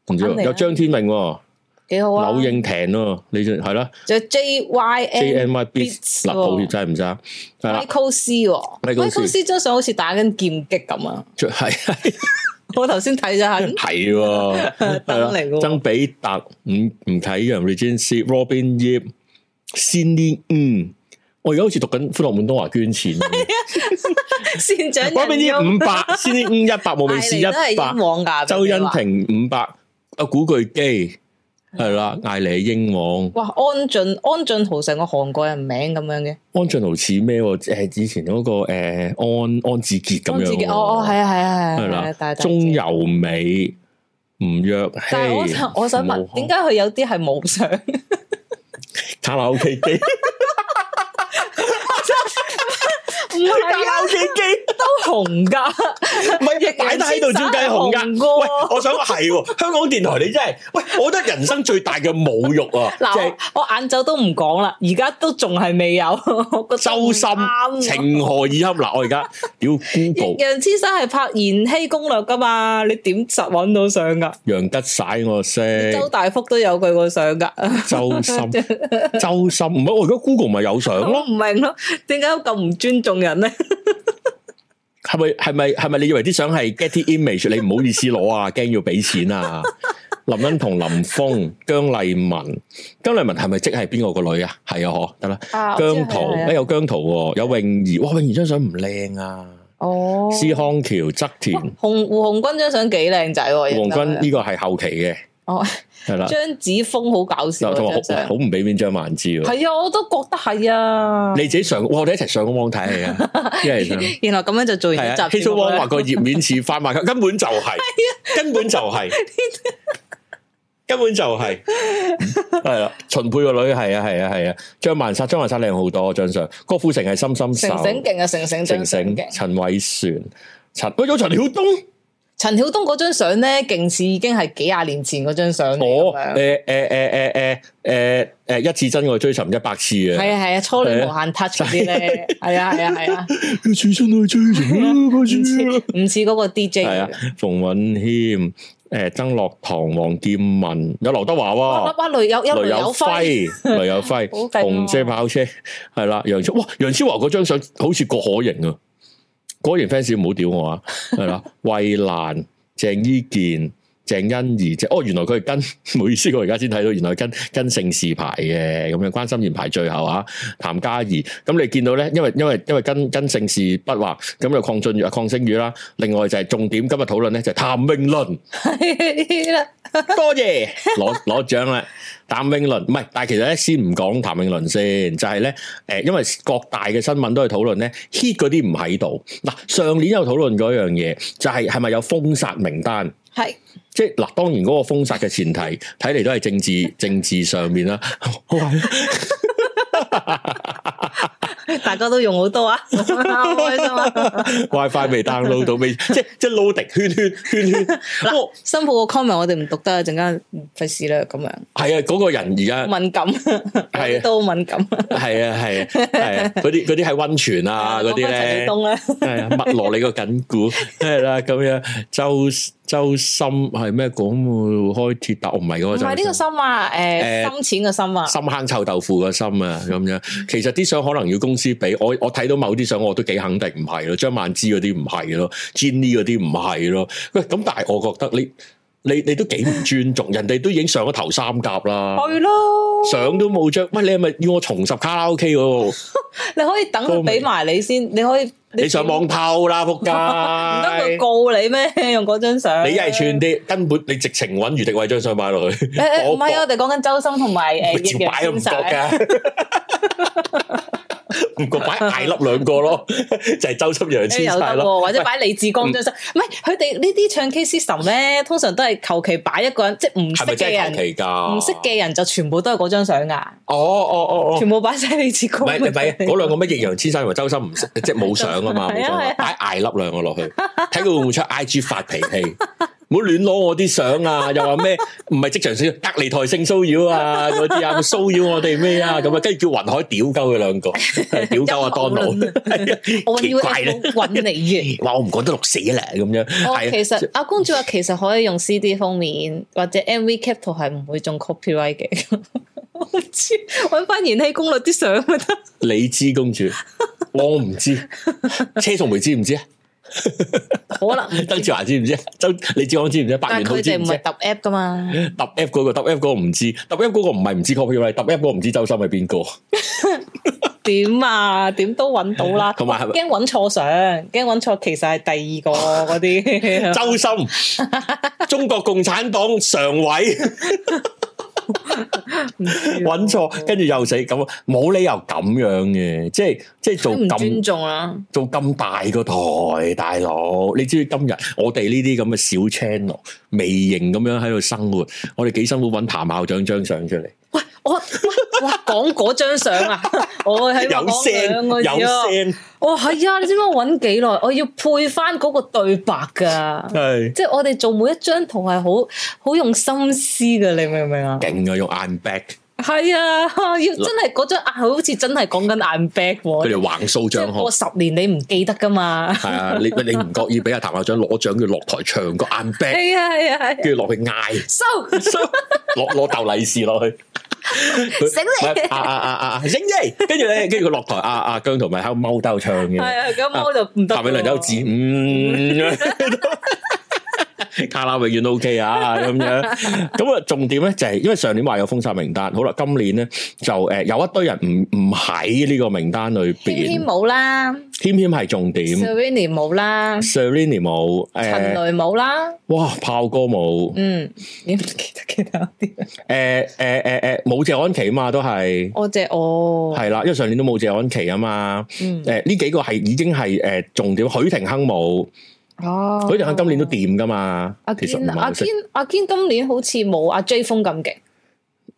唔知
肯定
喎，
啊
有張天命喎，
幾好啊！
柳應廷喎，你仲係啦
仲有 J Y
，J
N
N Y B，
Beats
嗱抱歉
喎
真係唔爭，係啦，
Michael C 喎
Michael C
，Michael C 張相好似打緊劍擊咁啊！
最係。
我頭先睇咗下，嗯
系 喎，係啦
嚟嘅喎
曾比特、伍吳啟陽、Regency、Robin Yip、Cindy 嗯，我而家好似讀緊《歡樂滿東華》捐 錢咁。
善長
Robin
人
Yip
優
五百，Cindy 嗯一百， 無名氏一
艾莉都係
百
英，皇㗎，
周欣
人話
婷五百，阿古巨基係
嗯
啦，艾莉英皇，
哇，安俊安俊豪成個韓國人名咁樣嘅，
安俊豪似咩喎？誒，之前嗰個誒安安志傑咁
安
樣
志
喎。
傑哦哦係啊係
係
啊係啊係
啦
啊，大，大隻
鐘柔美、吳若希。
但係我想我想問，
冇
點解佢有啲係冇相？
啊 卡拉 OK 機？
唔
哎
係啊，都紅㗎，
唔係擺得喺度照計紅
紅
噶。
過
喂，我想係喎，香港電台你真係，喂，我覺得人生最大嘅侮辱啊，即
嗱
係
我我晏晝都唔講啦，而家都仲係未有， 我覺得唔
周深
啱啊喎
情何以堪？嗱，我而家屌
易
Google
烊千璽係拍《延禧攻略》噶嘛？你點實揾到相噶？
楊吉晒我識，
周大福都有佢個相噶，
周深，周深，唔係我而家 Google 咪有相
我
咯？
唔明咯，點解咁唔尊重人咧？
係咪係咪係咪？你以為啲相係 Getty Image？你唔好意思攞啊，驚要俾錢啊！林欣彤、林峰、姜麗文，姜麗文係咪即係邊個個女啊？係啊，嗬，得啦。姜哎
圖
濤，咧有姜濤喎，有泳兒，哇，泳兒張相唔靚啊！
哦，
施康橋、側田、
哇洪胡鴻鈞張相幾靚仔喎，
黃君
軍
呢個係後期嘅，
哦，
係啦，
張子峰好搞笑啊
同埋好
張相
好，唔俾面張萬之喎。
係啊，我都覺得係啊。
你自己上，哇我哋一齊上個網睇戲啊， 一齊上。
然後咁樣就做完
係
一集
啊，Hazel
節目
Wong
啦
話個頁面似翻賣 卡，根本就係，
啊
根本就係，根本就係，係啦。秦沛個女係啊，係啊，係啊。張曼莎，張曼莎靚好多張相。郭富城係深深
成
手，
成勁啊，成成張
成
相
成
勁。
陳偉璇，陳喂有陳曉東。
陳曉東嗰張相咧，勁似已經係幾廿年前嗰張相嚟
我
咁樣啊
誒誒誒誒誒誒一次真愛追尋一百次嘅，
係啊係啊，初戀無限 touch 嗰啲咧，係啊係啊係啊，
一次真愛追
唔
尋一百次。啊
似唔似嗰個 DJ
係啊
嚟嘅。，
馮允謙、誒曾樂堂、黃建文，有劉德華
哇！
喎，
哇！雷有有
雷
雷
有
有輝，
哦 輝， 雷有輝，
好勁啊
紅色跑車係啦，楊超哇，楊超華嗰張相好似郭可盈啊， 果然 fans 唔好屌我啊，係啦，衛蘭、鄭伊健、鄭欣宜即哦，原來佢係跟， 唔好意思，我而家先睇到，原來跟跟姓氏排嘅，咁樣關心妍排最後啊，譚嘉儀，咁你見到咧，因為因為因為跟跟姓氏不話，咁就邝俊宇、邝星宇啦，另外就係重點今日討論咧就係譚詠麟。
係啦，
多謝攞攞獎啦！譚詠麟唔係，但係其實咧先唔講譚詠麟先，就係咧誒，因為各大嘅新聞都去討論咧，hit 嗰啲唔喺度。嗱，上年有討論嗰樣嘢，就係係咪有封殺名單？
係
即係嗱，當然嗰個封殺嘅前提，睇嚟都係政治政治上面啦。 好啊
大家都用好 多啊，好開心啊！
WiFi 未 download 到未？ 即即 load 滴圈圈圈圈。哦
新抱個 comment 我哋唔讀得啊，陣間費事啦，咁樣
係啊，嗰個人而家。
敏感，
係啊
都敏感。
係啊係啊係啊！嗰啲嗰啲係温泉啊嗰啲
講返陳
咧
曉，東啦，
係啊，麥羅你個緊股，係啦咁樣。周周深係咩講開鐵達？哦唔係嗰
唔
個周
係呢個
深，
心啊，誒，
誒
深淺嘅心啊，
深坑臭豆腐個心啊咁樣。其實啲相可能要公司俾我，我睇到某啲相我都幾肯定唔係咯，張曼芝嗰啲唔係咯，Jenny 嗰啲唔係咯。喂，咁但係我覺得你你你都幾唔尊重，人哋都已經上咗頭三甲啦。
去咯，
相都冇着，喂！你係咪要我重拾卡拉 OK 嗰個？
你可以等佢俾埋你先，你可以
你上網偷啦，仆街！
唔得佢告你咩？用嗰張相，
你一係串啲，根本你直情揾余迪偉張相擺落去，
誒誒
我
唔係啊，我哋講緊周深同埋
我照
誒易烊
擺都唔
千
覺
璽，
㗎， 唔覺擺大粒兩個咯， 就係周深楊
誒
千
有得
曬
喎，
咯，嗯
或者擺李志剛張相，唔係佢哋呢啲唱 K system 咧，通常都係求其擺一個人，即係唔識
係咪真
嘅
係求
人，
其哦㗎？
唔識。嘅人就全部都係嗰張相噶，
哦哦哦哦。
全部擺晒李志剛。
唔係唔係，嗰兩個乜易烊千璽同埋周深唔 識，即係冇相啊嘛，冇相
係
啊
啊係啊
擺艾粒兩個落去，睇佢會唔會出 I G 發脾氣，唔好亂攞我啲相啊！又話咩唔係職場性隔離台性騷擾啊嗰啲啊，騷擾我哋咩啊咁啊，跟住叫雲海屌鳩佢兩 個，屌鳩阿 Donald。
啊 我
奇
要
怪咧
揾你嘅。
話我唔講得六四啦咁樣，
哦，
係啊
其實阿公主話其實可以用 CD 封面或者 MV cap 圖係唔會中 copyright 嘅。 我唔知揾翻延禧攻略啲相咪得。
你知公主，我唔知，車淑梅知唔 知啊？
可能唔
曾志華知唔知啊？周李志安知唔知啊？白
但
元
係
浩
佢
知
哋
唔
唔
知
係
啊？
揼 app 噶嘛，
揼 F 嗰個揼 F 嗰個唔知，揼 F 嗰個唔係唔知 copyright，揼 F 嗰個唔知周深係邊個，
點啊？點都揾到啦。
同埋係咪
驚揾錯相，驚揾錯其實係第二個嗰啲。
周深， 中國共產黨常委揾錯，跟住又死咁，冇理由咁樣嘅，即係即係做
唔
咁
尊重啊啦。
做咁大個台，大佬，你知唔知今日我哋呢啲咁嘅小 channel 微型咁樣喺度生活，我哋幾辛苦揾譚校長張相出嚟，
喂，我哇哇講嗰張相啊，我喺
有
度講兩
聲
個字
有
啊。
聲，
哦，係啊，你知唔知我揾幾耐？我要配翻嗰個對白㗎。
係
即係我哋做每一張圖係好好用心思嘅，你明唔明啊？
勁啊！用 I'm back，
係啊，要真係嗰張啊，好似真係講緊 I'm
佢
back 喎。
哋橫掃
即
獎
係
項
過。十年你唔記得 噶嘛？
係啊，你你唔覺意俾阿譚校長攞獎，佢落台唱個 I'm back，
係啊係啊係啊
跟住落去 嗌，
，so
攞攞豆利是落 去。佢
醒你
唔係啊啊啊啊啊！醒你，跟住咧，跟住佢落台，阿阿姜濤咪喺度踎兜唱嘅。
係啊，咁我就唔得喎。
譚詠麟有字，嗯， 卡拉永遠都 OK 啊，咁樣。咁啊，重點咧就係、因為上年話有封殺名單，好啦，今年咧就誒、呃有一堆人唔唔喺呢個名單裏
軒軒
邊，
冇啦
謙謙係重點
Serrini 冇啦，
，Serrini 冇，誒、
陳雷冇啦，
哇，炮哥冇，
嗯，你唔記得其他啲？
誒誒誒誒，冇謝安琪啊嘛，都係。
我隻哦，
係啦，因為上年都冇謝安琪啊嘛，
嗯
誒、，呢幾個係已呃經係誒、重點，許廷鏗冇，
哦，
許廷鏗今年都掂噶嘛，
阿
其實
堅啊
唔係
阿
好識。
堅阿堅今年好似冇阿 J 風咁勁。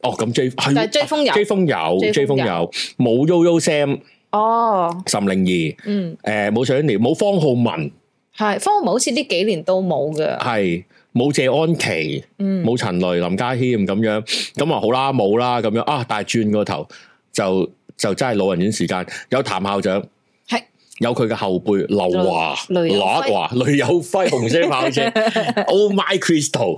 哦，咁 J
但
係
係追風有
J 風有
J
J 風
風
有，冇 Yoyo Sam
哦，
岑寧兒，
嗯。
誒冇上年冇方浩文，
系方豪好似呢幾年都冇嘅，
係冇謝安琪，
嗯，
啊冇陳雷、林家謙咁樣，咁啊好啦冇啦咁樣啊，但係轉個頭就就真係老人院時間，有譚校長。
係
有佢嘅後輩劉華、
雷
劉
有輝
華、雷有輝、紅色跑 車，Oh my Crystal，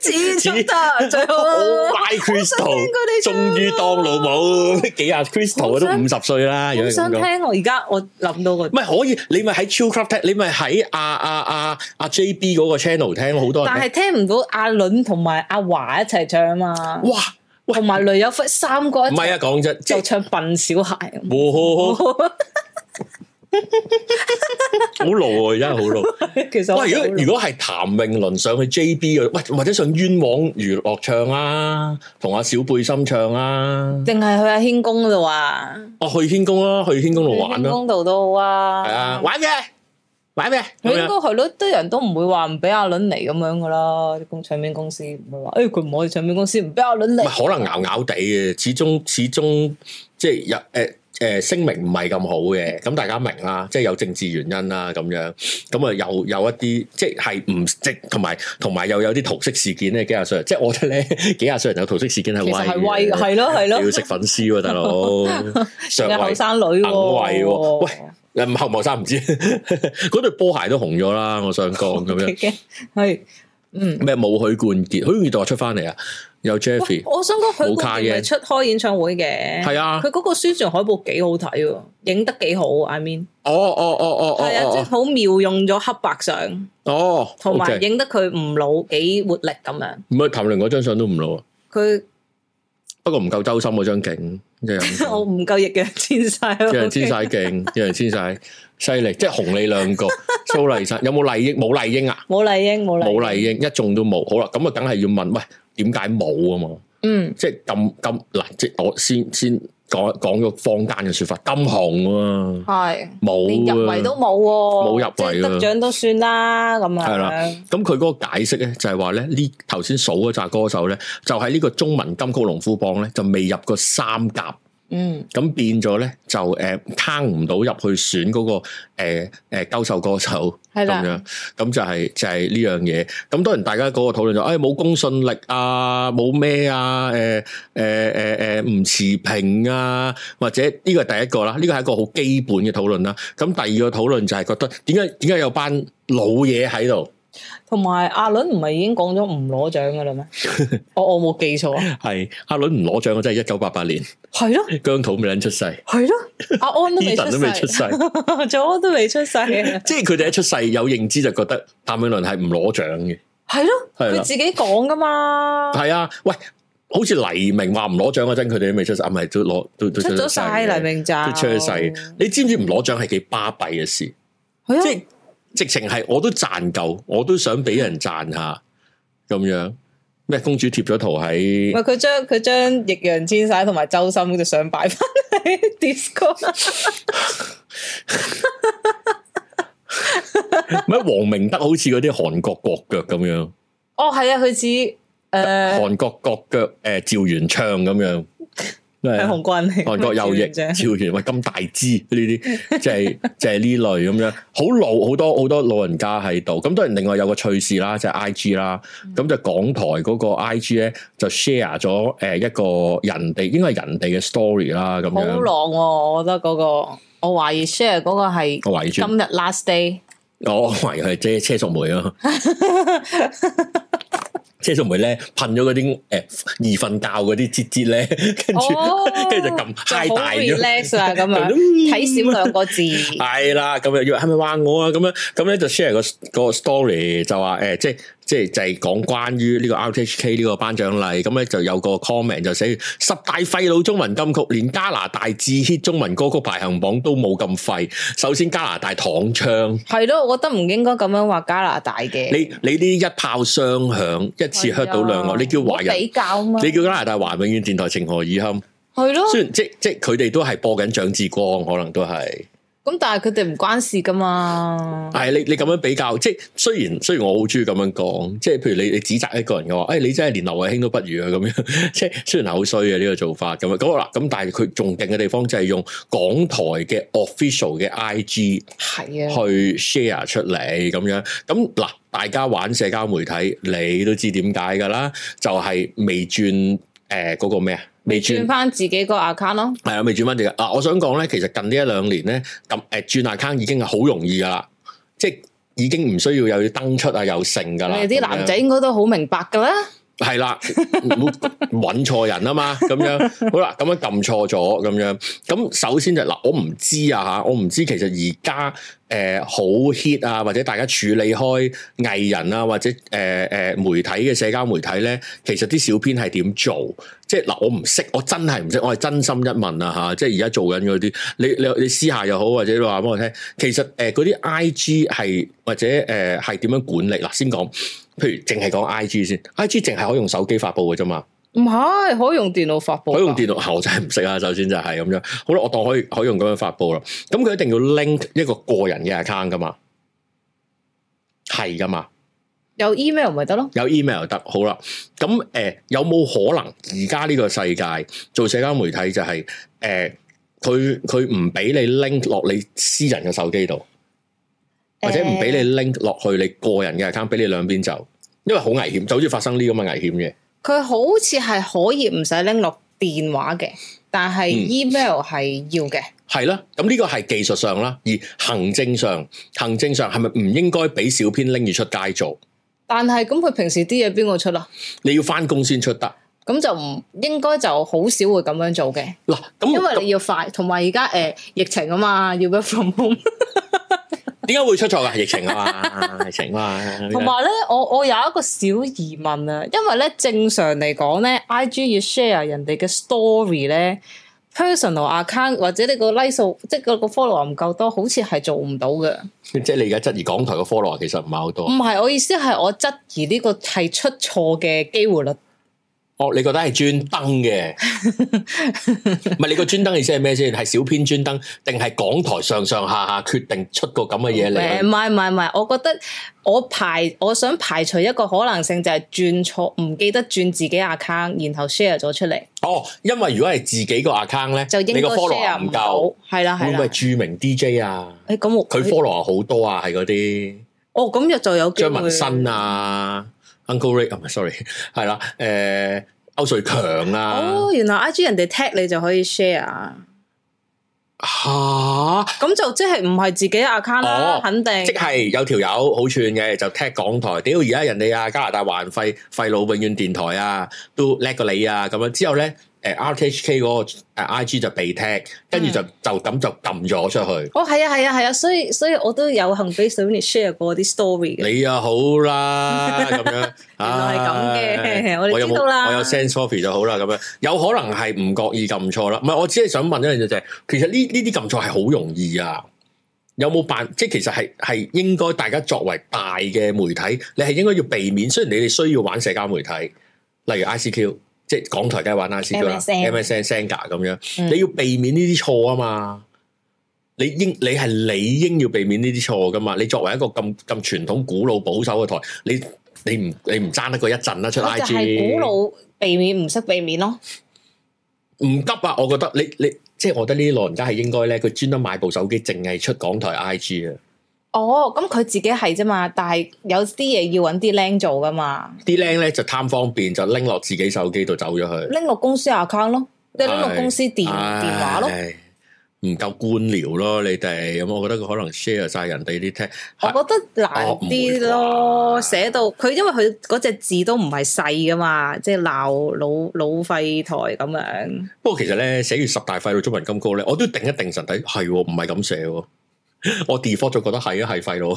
始終得最好
Oh
啊。
my
我
Crystal，
想聽佢哋唱啊
終於當老母， 幾廿 Crystal 啊
我
都
想
五十歲啦，如
好
果係咁
想
講。
聽我而家我諗到個
唔，係可以，你咪喺超 club 聽，你咪喺阿阿阿阿 JB 嗰個 channel 聽咯，好多人
但
聽。
係聽唔到阿倫同埋阿華一齊唱啊嘛，
哇，喂
同，埋雷有輝三個一
唔係
齊
啊，講真，即
就
係
唱笨小孩。
哇好老啊，真係好老。
其實我
喂，如果如果係譚詠麟上去 JB 嘅，喂，或者上冤枉娛樂唱啊，同阿小背心唱啊，
定係去阿軒公嗰度啊，
哦，去軒公啦，去軒公度
去
玩
軒
啦，
公度都好啊。
係啊，玩嘅，玩嘅，
佢
咁
應該
樣
係咯，啲人都唔會話唔俾阿倫嚟咁樣噶啦，啲公唱片公司唔會話，誒佢唔可以唱片公司唔俾阿倫
唔
嚟。
係可能咬咬地嘅，始終始終即係有誒。誒聲明唔係咁好嘅，咁大家明啦，即係有政治原因啦，咁樣，咁啊又有一啲即係唔即同埋同埋又有啲桃色事件咧，幾廿歲人，即係我覺得咧， 幾廿歲人有桃色事件係威
其實係威，
嘅
係咯係
你要
咯，
食粉絲喎，大佬 上
你
位
後生
硬
女
位喎
喎，
喂誒唔嗯後唔後生唔知， 嗰對波鞋都紅咗啦，我想講咁樣
嘅 係嗯。
咩冇許冠傑，許冠傑度出翻嚟啊，有 Jeffy
喂我想講佢
冇卡
冠傑咪
嘅
出開演唱會嘅，
係啊
佢，嗰個宣傳海報幾好睇喎，影得幾好，I mean
哦哦哦哦
係啊，即係
哦
好妙用咗黑白相，
哦哦，
同埋
OK
影得佢唔老幾活力咁樣，
唔係譚詠麟嗰張相都唔老啊，
佢
不過唔夠周深嗰張勁，即係
我唔夠翼嘅，黐晒 咯，
有人
Oh， OK
黐晒勁，有人黐晒犀利，即係紅你兩 個，蘇麗珊有冇麗英？冇麗英啊，
冇麗英冇麗
冇麗英一中都冇，好啦，咁啊梗係要問，喂點解冇啊嘛？
嗯
即係咁咁嗱，即係我先先講講咗坊間嘅說法，金紅啊，
係。連
冇
入圍都
啊。
冇喎，
冇入圍啊
即係得獎都算啦，咁
係啦
樣
咁佢嗰個解釋咧，就係話咧，呢頭先數嗰扎歌手咧，就喺呢個中文金曲龍虎榜咧，就未入過三甲，
嗯，
咁變咗咧就誒坑唔到入去選嗰、個誒誒優秀歌手
係
咁
啦，
樣，咁就係、就係呢樣嘢。咁當然大家嗰個討論就，誒、哎冇公信力啊，冇咩啊，誒誒誒誒唔持平啊，或者呢個係第一個啦，呢個係一個好基本嘅討論啦。咁第二個討論就係覺得點解點解有班老嘢喺度？
同埋阿倫唔係已經講咗唔攞獎噶啦 咩？我我冇記錯啊，
係阿倫唔攞獎，我啊真係一九八八年
係咯
姜土未撚出世
係咯，阿安都未
，Edan 都未出
出 世，
世，
仲安都未出世，係
即係佢哋一出世有認知就覺得譚詠麟係唔攞獎嘅，
咯，
係
佢
啦，
自己講噶嘛，
係啊，喂，好似黎明話唔攞獎嗰陣，佢哋都未出世，啊唔係都攞都都
出咗
世
晒
嘅
黎明咋，
都出咗世，你知唔知唔攞獎係幾巴閉嘅事？
係
即
啊，
係直情係我都賺夠，我都想俾人賺下咁樣。咩公主貼咗圖喺
喂，佢將佢將易烊千玺同埋周深嗰隻相擺翻 喺 Discord，
咩？黃明德好似嗰啲韓國國腳咁樣，
哦係啊，佢似誒
韓國國腳誒趙元暢咁樣，係
係
啊
紅 軍嚟，
韓國右翼
啫。
趙元喂咁大支呢啲，就係 就係呢類咁樣，好老好多好多老人家喺度。咁當然另外有個趣事啦，就係 I G 啦，
嗯
咁就港台嗰個 I G 咧就 share 咗誒一個人哋應該係人哋嘅 story 啦咁
好
樣
狼。喎、我覺得嗰、個，我懷疑 share 嗰個係
我懷疑住
今，日 last day，
我懷疑係即係車淑梅 啊。車淑梅咧噴咗嗰啲誒易瞓覺嗰啲節節咧，跟住
哦
跟住就撳 high
好
大咗。
relax 啦咁樣，
睇
睇少兩個 字，
系啦，咁又要係咪話我啊？咁樣咁咧就 share 個個 story 就話誒、即係即係就係講關於呢個 RTHK 呢個頒獎禮，咁咧就有個 comment 就寫十大廢佬中文金曲，連加拿大致 hit 中文歌曲排行榜都冇咁廢。首先加拿大躺槍，
係咯，我覺得唔應該咁樣話加拿大嘅，
你你呢一炮雙響，一次
啊
hurt 到兩個，你叫華
唔好
人，
比較嘛，
你叫加拿大華永遠電台情何以堪？
係咯，
雖然即即係佢哋都係播緊蔣志光，可能都係。
咁但係佢哋唔關事噶嘛，
係你你咁樣比較，即係雖然雖然我好中意咁樣講，即係譬如你你指責一個人嘅話，誒、哎、你真係連劉慧卿都不如啊咁樣， 即係雖然係好衰啊嘅呢個做法咁樣，咁好啦，咁但係佢仲勁嘅地方就係用港台嘅 official 嘅 IG
係啊，
去 share 出嚟咁樣，咁嗱大家玩社交媒體，你都知點解㗎啦，就係、未轉誒嗰個咩啊？未轉
轉翻自己個 account 咯，
係啊，未轉翻自己。啊，我想講咧，其實近呢一兩年咧，咁誒轉 account 已經係好容易噶啦，即係已經唔需要又要登出啊，又剩噶
你
啦。
哋啲
咁樣
男仔應該都好明白噶啦。
係啦，唔好揾錯人啊嘛，咁樣好啦，咁樣撳錯咗，咁樣咁首先就嗱，我唔知啊吓，我唔知其實而家誒好 hit 啊，或者大家處理開藝人啊，或者誒誒、呃媒體嘅社交媒體咧，其實啲小編係點做？即係嗱，我唔識，我真係唔識，我係真心一問啊吓，即係而家做緊嗰啲，你你你私下又好，或者你話俾我聽，其實誒嗰啲 I G 係或者誒係點樣管理嗱？先講。譬如淨係講 I G 先，I G 淨係可以用手機發布嘅啫嘛，
唔係，可以用電腦發布㗎。
可以用電腦，啊我真係唔識啊，首先就係咁樣。好啦，我當可以可以用咁樣發布啦。咁佢一定要 link 一個個人嘅 account 噶嘛，係噶嘛，
有 email 咪得咯。
有 email 就得。好啦，咁誒、呃有冇可能而家呢個世界做社交媒體就係、誒佢佢唔俾你 link 落你私人嘅手機度，或者唔俾
誒
你 link 落去你個人嘅 account，俾你兩邊走，因為好危險，就好似發生呢咁嘅危險嘅。
佢好似係可以唔使拎落電話嘅，但係
嗯
email 係要嘅。
係啦，咁呢個係技術上啦，而行政上，行政上係咪唔應該俾小編拎住出街做？
但係咁佢平時啲嘢邊個出啊？
你要翻工先出得
咁就唔應該就好少會咁樣做嘅，
嗱，咁
因為
哦咁
你要快，同埋而家誒疫情啊嘛，要 work from home。
啊點解會出錯噶？疫情啊嘛，疫 情啊
同
嘛，
埋咧，我我有一個小疑問啊，因為咧正常嚟講咧，IG 要 share 人哋嘅 story 咧，personal account 或者你個 like 數，即係個個 follow 唔夠多，好似係做唔到嘅。
即係你而家質疑港台嘅 follow 其實唔係好多
唔。係，我意思係我質疑呢個係出錯嘅機會率。
哦，你覺得係專登 嘅？唔係你個專登意思係咩先？係小編專登，定係港台上上下下決定出個咁嘅嘢
誒
嚟？
唔係唔係唔係，我覺得我排我想排除一個可能性就係轉錯，唔記得轉自己 account，然後 share 咗出嚟，
哦，因為如果係自己個 account 咧，
就應
你
該
個 follow
share
唔
唔
夠，
到。係啦
會
係
唔
啦
會，係著名 DJ 啊？
誒咁我
佢 follow 好多啊，係嗰啲
哦咁又就有機會
張文新啊、Uncle Ray 啊，唔係 sorry，係 啦，誒歐瑞強啊，
哦，原來 I G 人哋 tag 你就可以 share，啊
吓，
咁就即係唔係自己 account 啦
哦，
肯定
即係有條友好串嘅，就踢港台，屌而家人哋啊加拿大環費費老永遠電台啊，都叻過你啊，咁樣之後咧，誒 RTHK 嗰個誒 IG 就被踢，跟住就就咁就撳咗出 去。
哦，係啊係啊係啊，所以所以我都有幸俾 s u n y share 過啲 story 嘅，
你又好啦，咁 樣，原
來係咁嘅 我哋
有
知
冇
道啦
我有 sense copy 就好啦，咁樣有可能係唔覺意撳錯啦。唔係，我只係想問一樣嘢就係，其實呢呢啲撳錯係好容易啊。有冇辦？即係其實係係應該大家作為大嘅媒體，你係應該要避免。雖然你哋需要玩社交媒體，例如 ICQ，即係港台梗係玩 ICQ 啦
MSN
，MSN、Senga 咁樣，
嗯
你要避免呢啲錯啊嘛。你應你係理應要避免呢啲錯噶嘛？你作為一個咁咁傳統古老保守嘅台，你你唔你唔爭得過一陣啦出
我
I
就
G，
係古老避免唔識避免咯。
唔急啊！我覺得你你即係我覺得呢啲老人家係應該咧，佢專登買部手機，淨係出港台 I G 啊！
哦，咁佢自己係啫嘛，但係有啲嘢要揾啲僆做噶嘛，
啲僆咧就貪方便，就拎落自己手機度走咗去。
拎落公司 account 咯，你拎落
係
公司電
唉
電話咯。
唔夠官僚咯，你哋咁，我覺得佢可能 share 晒人哋啲 tag
我覺得難
哦
啲
唔會
咯，
啩
寫到佢因為佢嗰隻字都唔係細噶嘛，即係鬧老老廢台咁樣。
不過其實咧，寫完十大廢老中文金高咧，我都定一定神睇，係喎唔係咁寫喎。我 default 咗覺得係啊，係廢佬，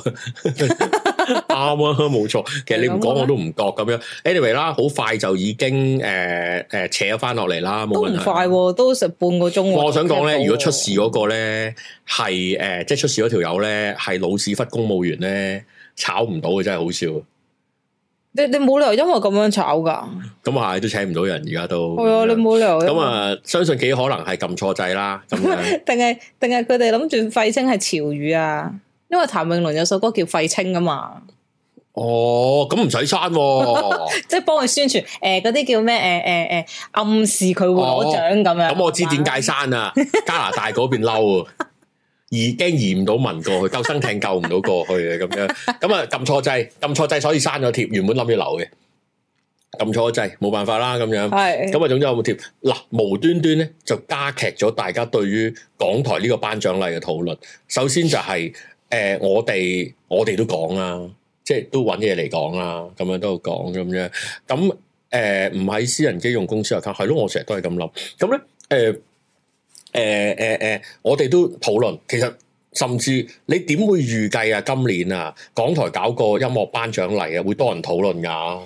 啱啊，冇錯。其實你唔講我都唔覺咁樣。anyway 啦，好快就已經誒誒、呃呃扯咗翻落嚟啦，
都
冇
唔
問題。
快喎，都成半個鐘喎。
我想講咧，
聽到
如果出事嗰個咧係誒，即係出事嗰條友咧係老屎忽公務員咧，炒唔到嘅真係好笑。
你你冇理由因為咁樣炒噶，
咁啊係都請唔到人，而家都
係啊，你冇理由因為。
咁啊，相信幾可能係撳錯掣啦。咁 樣
定係定係佢哋諗住廢青係潮語啊？因為譚詠麟有首歌叫廢青噶嘛。
哦，咁唔使刪喎。
即係幫佢宣傳，誒嗰啲叫咩？誒誒誒，暗示佢會攞獎咁樣。
哦咁我知點解刪 啊！加拿大嗰邊嬲啊，移驚移唔到民過去，救生艇救唔到啊過去嘅咁樣，咁啊撳錯掣，撳錯掣，所以刪咗貼，原本諗住留嘅，撳錯掣，冇辦法啦咁樣。
係
咁啊，總之有冇貼嗱，無端端咧就加劇咗大家對於港台呢個頒獎禮嘅討論。首先就係、誒、我哋我哋都講啦，即係都揾嘢嚟講啦，咁樣都講咁樣。咁誒唔喺私人機用公司 account，係咯，我成日都係咁諗。咁咧誒誒誒誒，我哋都討論，其實。甚至你點會預計啊？今年啊，港台搞個音樂頒獎禮啊，會多人討論㗎。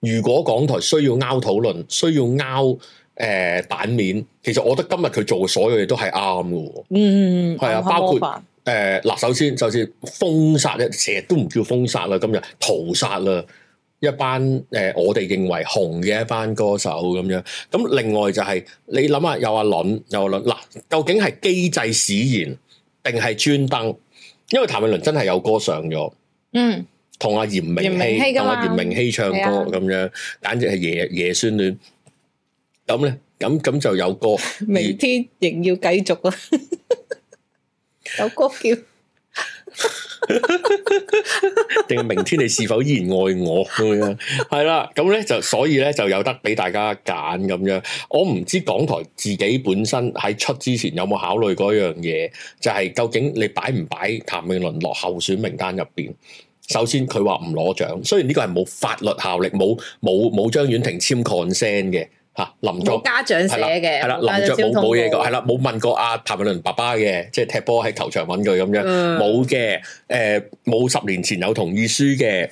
如果港台需要拗討論，需要拗誒、呃版面，其實我覺得今日佢做嘅所有嘢都係啱嘅喎。
嗯，
係啊
暗黑
包括
魔法
誒嗱、首先首先封殺咧，成日都唔叫封殺啦，今日屠殺啦，一班誒、呃我哋認為紅嘅一班歌手咁樣。咁另外就係、你諗下，有阿倫，有阿倫嗱，究竟係機制使然定係專登？因為譚詠麟真係有歌上咗。
嗯，
同阿嚴明
嚴明
熙
熙㗎
同
嘛
阿嚴明熙唱歌
係啊
咁樣，簡直係爺爺孫戀。咁咧，咁咁就有 個
明天仍要繼續啊！有歌叫
定係明天你是否依然愛我咁樣？係啦，咁咧就所以咧就有得俾大家揀咁樣。我唔知港台自己本身喺出之前有冇考慮嗰樣嘢，就係、究竟你擺唔擺譚詠麟落候選名單入邊？首先佢話唔攞獎，雖然呢個係冇法律效力，冇冇冇張婉婷簽 consent 嘅嚇，林作
冇家長寫嘅，
係啦，
家
林
長
着冇
簽通
冇嘢
告
講，係啦，冇問過阿譚詠麟爸爸嘅，即係踢波喺球場揾佢咁樣，
嗯
冇嘅。誒，冇十年前有同意書嘅，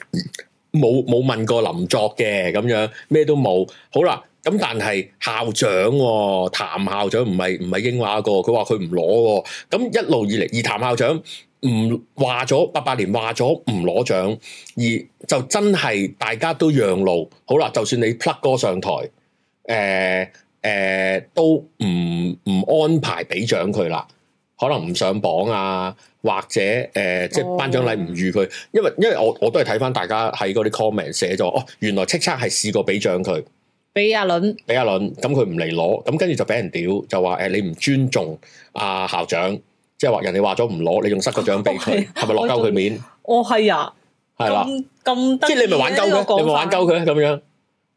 冇冇問過林作嘅咁樣，咩都冇。好啦，咁但係校長喎，譚校長唔係唔係英華個，佢話佢唔攞喎。咁一路以嚟，而譚校長唔話咗八八年話咗唔攞獎，而就真係大家都讓路。好啦，就算你 plug 歌上台，誒、誒、都唔唔安排俾獎佢啦，可能唔上榜啊，或者誒、即係
哦
頒獎禮唔預佢，因為因為我我都係睇翻大家喺嗰啲 comment 寫咗，哦，原來叱咤係試過俾獎佢，
俾阿倫
俾阿倫，咁佢唔嚟攞，咁跟住就俾人屌，就話誒、呃你唔尊重阿、校長，即係話人哋話咗唔攞，你仲塞個獎俾佢，係咪落鳩佢面？
哦係啊，
係啦，
咁咁得
即
意啊
係你咪玩鳩
呢個
佢，
講
你咪玩鳩佢咁樣，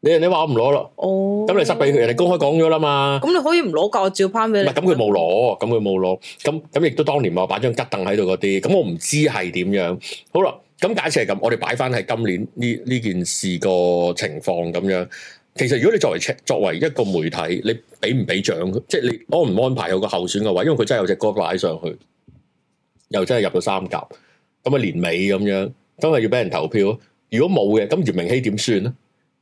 你你話我唔攞咯，
哦，
咁你塞俾佢，人哋公開講咗啦嘛。
咁你可以唔攞教照翻俾
唔
你，
係咁佢冇攞，咁佢冇攞，咁咁亦都當年話擺張吉凳喺度嗰啲，咁我唔知係點樣。好啦，咁假設係咁，我哋擺翻係今年呢呢件事個情況咁樣。其實如果你作為 check- 作為一個媒體，你俾唔俾獎佢，即係你安唔安排有個候選嘅位，因為佢真係有隻歌擺上去，又真係入到三甲，咁啊年尾咁樣，咁啊係要俾人投票。如果冇嘅，咁葉明熙點算咧？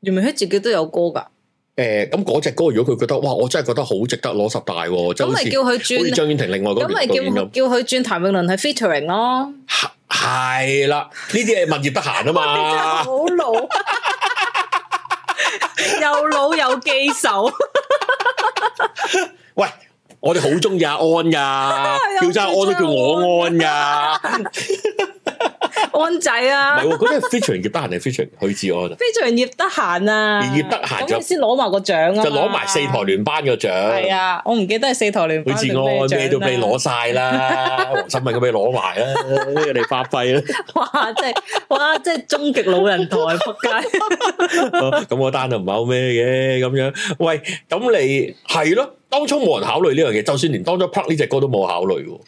袁明熙自己都有歌噶，
誒呃咁嗰隻歌，如果佢覺得哇，我真係覺得好值得攞十大喎，即係
咁
好
咪
似
叫佢
好似
轉，
張婉婷另外嗰
咁
個
咪
導演
叫
咁，
叫佢轉譚詠麟係 featuring 咯，
係係啦，呢啲嘢物業得閒啊
你真係
嘛，
好老，又老又記仇，，
喂。我哋好中意阿安噶 叫真阿安都叫我安噶，
安仔
唔
啊
係喎，嗰啲係 featuring 葉德閒定 featuring 許志 安啊，
，featuring 葉德嫻啊，
而葉德嫻就
咁你先攞埋個獎啊嘛，
就攞埋四台聯班嘅獎，
係啊，我唔記得係四台聯
許
頒
志
定咩
安
獎啊
咩都俾你
啦
攞晒啦，黃心敏咁俾你攞埋啦，呢個你發揮啦。
哇！真係哇！真係終極老人台， 仆街！
哦 咁我單就唔係好咩嘅咁樣。喂，咁你係咯，當初冇人考慮呢樣嘢，就算連當初 plug 呢只歌都冇考慮喎。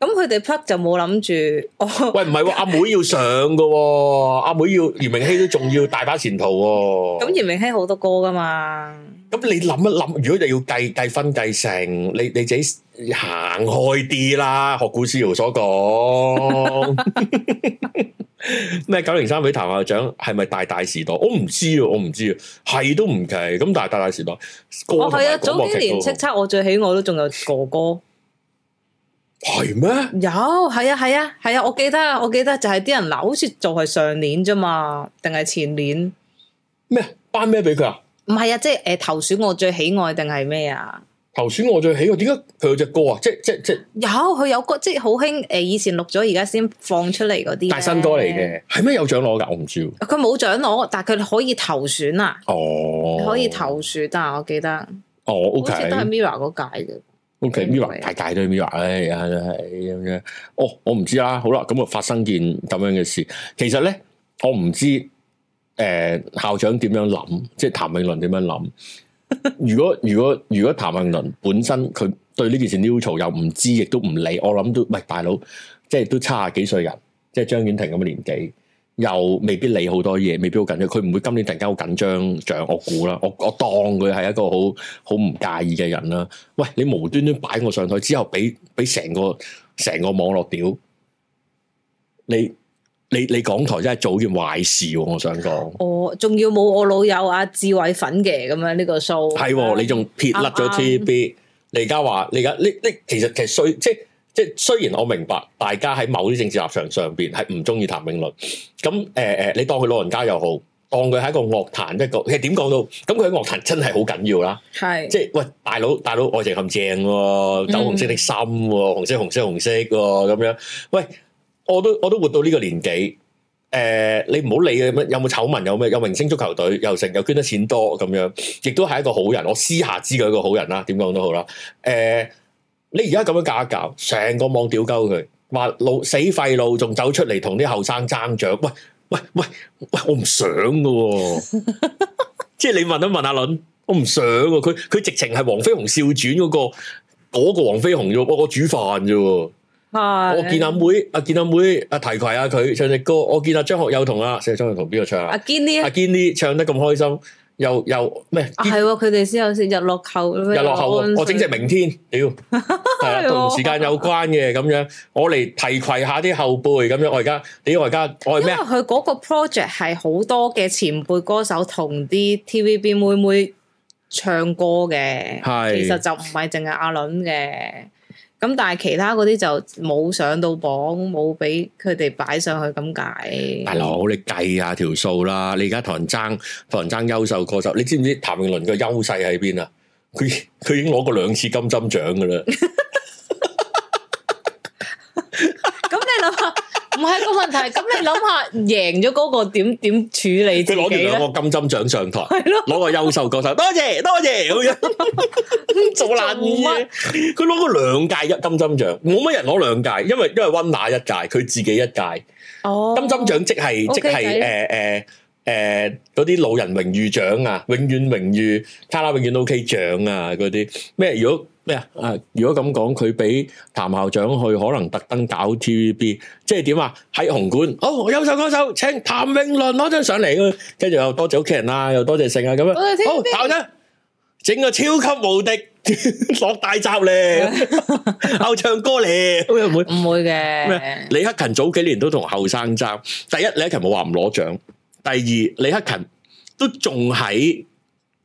咁佢哋 plug 就冇諗住，哦，
喂，唔係喎，阿妹要上嘅喎，阿妹要袁明熙都仲要大把前途喎。
咁嚴明熙好多歌噶嘛，
咁你諗一諗，如果你要計計分計成，你你自己行開啲啦。學古思瑤所講， 咩九零三俾譚校長係咪大大時代？我唔知啊，我唔知啊，係都唔奇。咁但係大大時代歌同
哦係
埋
啊，
廣
早
播
幾
劇
年
都
叱咤我最喜愛都仲有哥哥，
係咩？
有係啊係啊係啊，我記得啊我記得就係啲人嗱，好似就係上年啫嘛，定係前年？
咩頒咩俾佢啊？
唔係啊，即係誒投選我最喜愛定係咩啊？
頭先我最喜愛，點解佢有隻歌啊？即即即
有佢有歌，即係好興誒，以前錄咗而家先放出嚟嗰啲，
大新歌嚟。嘅，係咩有獎攞㗎？我唔知喎。
佢冇獎攞，但係佢可以投選啊！
哦，
可以投鼠，但係我記得
哦，OK，
好似都係 Mira 嗰屆嘅。
OK，Mirror 大大都係 Mirror，唉，係哎係咁樣。哦，我唔知啦，好啦，咁啊發生件咁樣嘅事，其實咧我唔知誒、誒校長點樣諗，即係譚詠麟點樣諗。如果如果如果譚詠麟本身佢對呢件事 neutral 又唔知，亦都唔理，我諗都喂大佬，即係都差廿幾歲人，即係張婉婷咁嘅年紀，又未必理好多嘢，未必好緊張。佢唔會今年突然間好緊張獎，我估啦，我我當佢係一個好好唔介意嘅人啦。喂，你無端端擺我上台之後，俾俾成個成個網絡屌你。你你港台真係做件壞事喎，我想講。
我哦仲要冇我老友阿志偉粉嘅咁樣呢個 show，
係喎，你仲撇甩咗
啱啱
TVB，你而家話你而家呢呢其實其實雖即即雖然我明白大家喺某啲政治立場上邊係唔中意譚詠麟，咁誒誒，你當佢老人家又好，當佢係一個樂壇一個，其實點講都，咁佢喺樂壇真係好緊要啦。
係
即係喂，大佬大佬，愛情陷阱喎，酒紅色的心喎，紅色紅色紅色喎，咁樣。喂，我都我都活到呢個年紀，誒、你唔好理嘅咩，有冇醜聞，有咩有明星足球隊，又成，又捐得錢多咁樣，亦都係一個好人。我私下知佢係一個好人啦，點講都好啦。誒、你而家咁樣搞一搞，成個網屌鳩佢，話老死廢路，仲走出嚟同啲後生爭獎，喂喂喂喂，我唔想噶、喎，即係你問一問阿倫，我唔想喎、佢佢直情係黃飛鴻笑傳嗰、個嗰、個黃飛鴻啫喎，我我煮飯啫喎。
係
我見阿妹，阿見阿妹，阿提攜下佢唱隻歌。我見阿張學友同阿寫張學友同邊個唱
阿
啊？
堅呢
阿堅啲唱得咁開心，又又咩？
啊係喎，佢哋先有時日落後，日
日落後喎，我整隻明天， 屌，係啊，
係喎
同時間有關嘅咁樣，我嚟提攜下啲後輩咁樣。我而家，屌我而家，我係
因為
咩啊？
佢嗰個 project 係好多嘅前輩歌手同啲 TVB 妹妹唱歌嘅，
係
其實就唔係淨係阿倫嘅。咁但係其他嗰啲就冇上到榜，冇俾佢哋擺上去咁解。
大佬，你計下條數啦！你而家同人爭，同人爭優秀歌手，你知唔知譚詠麟嘅優勢喺邊啊？佢佢已經攞過兩次金針獎噶啦。
咁你諗下， 唔係個問題。咁你諗下，贏咗嗰個點點處理
佢
自己
攞完
咧？
兩個金針獎上台， 攞個優秀歌手，多謝多謝咁樣，做爛嘢。佢攞過兩屆一金針獎，冇乜人攞兩屆，因為因為温拿一屆，佢自己一屆。金
哦，
針獎即係
OK，
即係誒
計
誒誒嗰啲老人榮譽獎啊，永遠榮譽卡拉永遠 OK 獎啊嗰啲咩？如果咩啊？啊！如果咁講，佢俾譚校長去，可能特登搞 TVB，即係點啊？喺紅館，哦，優秀歌手請譚詠麟攞張上嚟，跟住又多謝屋企人啦，又多謝剩啊咁樣。
多謝 TVB
好，校長整個超級無敵 落大閘咧， 又唱歌咧，咁樣會
唔會
咩
嘅？。
李克勤早幾年都同後生爭，第一李克勤冇話唔攞獎，第二李克勤都仲喺，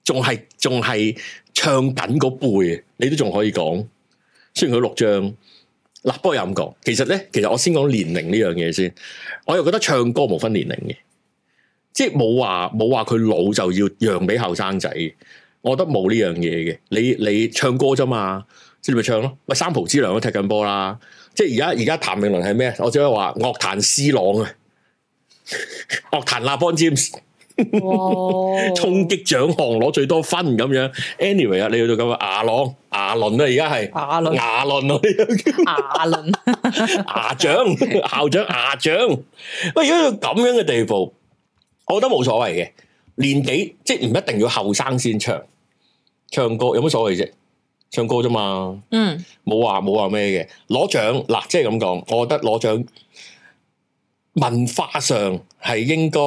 仲係仲係唱緊嗰輩，你都仲可以講。雖然佢六張，嗱，不過又咁講，其實咧，其實我先講年齡呢樣嘢先，我又覺得唱歌無分年齡嘅，即係冇話冇話佢老就要讓俾後生仔嘅，我覺得冇呢樣嘢嘅。你你唱歌啫嘛，即係你咪唱咯。喂，三浦知良都踢緊波啦。即係而家而家譚詠麟係咩？我只可以話樂壇 C 朗啊， 樂壇立邦 James
哇
衝擊獎項攞最多分咁樣。Anyway 啊，你去到咁啊，牙朗牙輪啊，而家係
牙輪
牙輪啊，呢個
牙輪。
牙長啊校長牙長。喂，如果到咁樣嘅地步，我覺得冇所謂嘅。年紀即係唔一定要後生先唱，唱歌有乜所謂啫？唱歌啫嘛。
嗯，
冇話冇話咩嘅，攞獎嗱，即係咁講，我覺得攞獎文化上係應該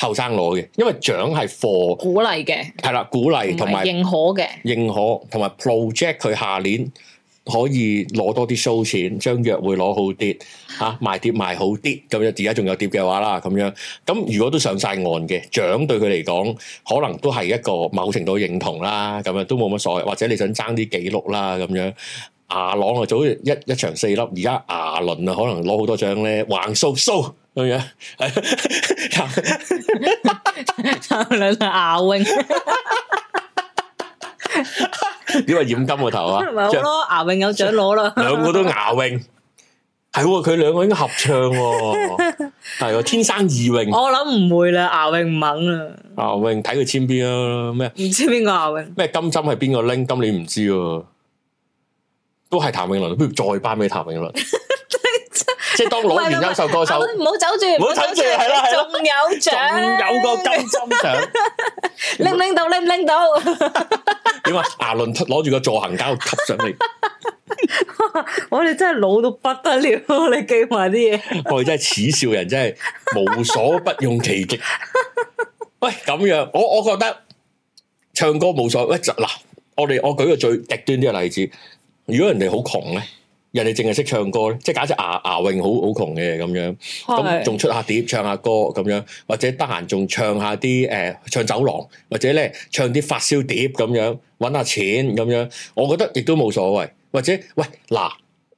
後生攞嘅，因為獎係 for
鼓勵嘅，
係啦，鼓勵同
同埋
埋
認可嘅。
認可，同埋 project 佢下年可以攞多啲 show 錢，將約會攞好啲嚇、啊賣碟賣好啲咁樣。而家仲有碟嘅話啦，咁樣咁如果都上晒岸嘅獎對佢嚟講，可能都係一個某程度認同啦，咁樣都冇乜所謂。或者你想爭啲紀錄啦，咁樣。牙朗啊，早一一場四粒，而家牙輪啊，可能攞好多獎咧，橫掃掃咁樣，
兩隻牙泳，
點解染金個頭啊？
咪好咯，牙泳有獎攞啦。
兩 個都牙泳，係喎，佢兩個應該合唱喎，係喎，天生異泳，
我諗唔會啦，牙泳唔肯啦，
牙泳睇佢簽邊啦，咩
唔知邊個牙泳。
咩金針係邊個拎，今年唔知喎，都係譚詠麟，不如再頒俾譚詠麟，即係當攞完優秀歌手，
啊唔好走住，
唔好走住係啦係啦
仲有
仲
獎，
有個金針獎，
拎唔拎到，拎唔 拎到，
點啊？牙輪攞住個助行膠吸上嚟，
我哋真係老到不得了，你記埋啲嘢，
我哋真係恥笑人，真係無所不用其極。喂，咁樣我我覺得唱歌冇所謂。喂，就嗱，我哋我舉個最極端啲嘅例子，如果人哋好窮咧，人哋淨係識唱歌咧，即係假設牙牙泳好好窮嘅咁樣。咁哦仲出下碟，唱下歌咁樣，或者得閒仲唱下啲誒、呃唱走廊，或者咧唱啲發燒碟咁樣，揾下錢咁樣，我覺得亦都冇所謂。或者喂嗱，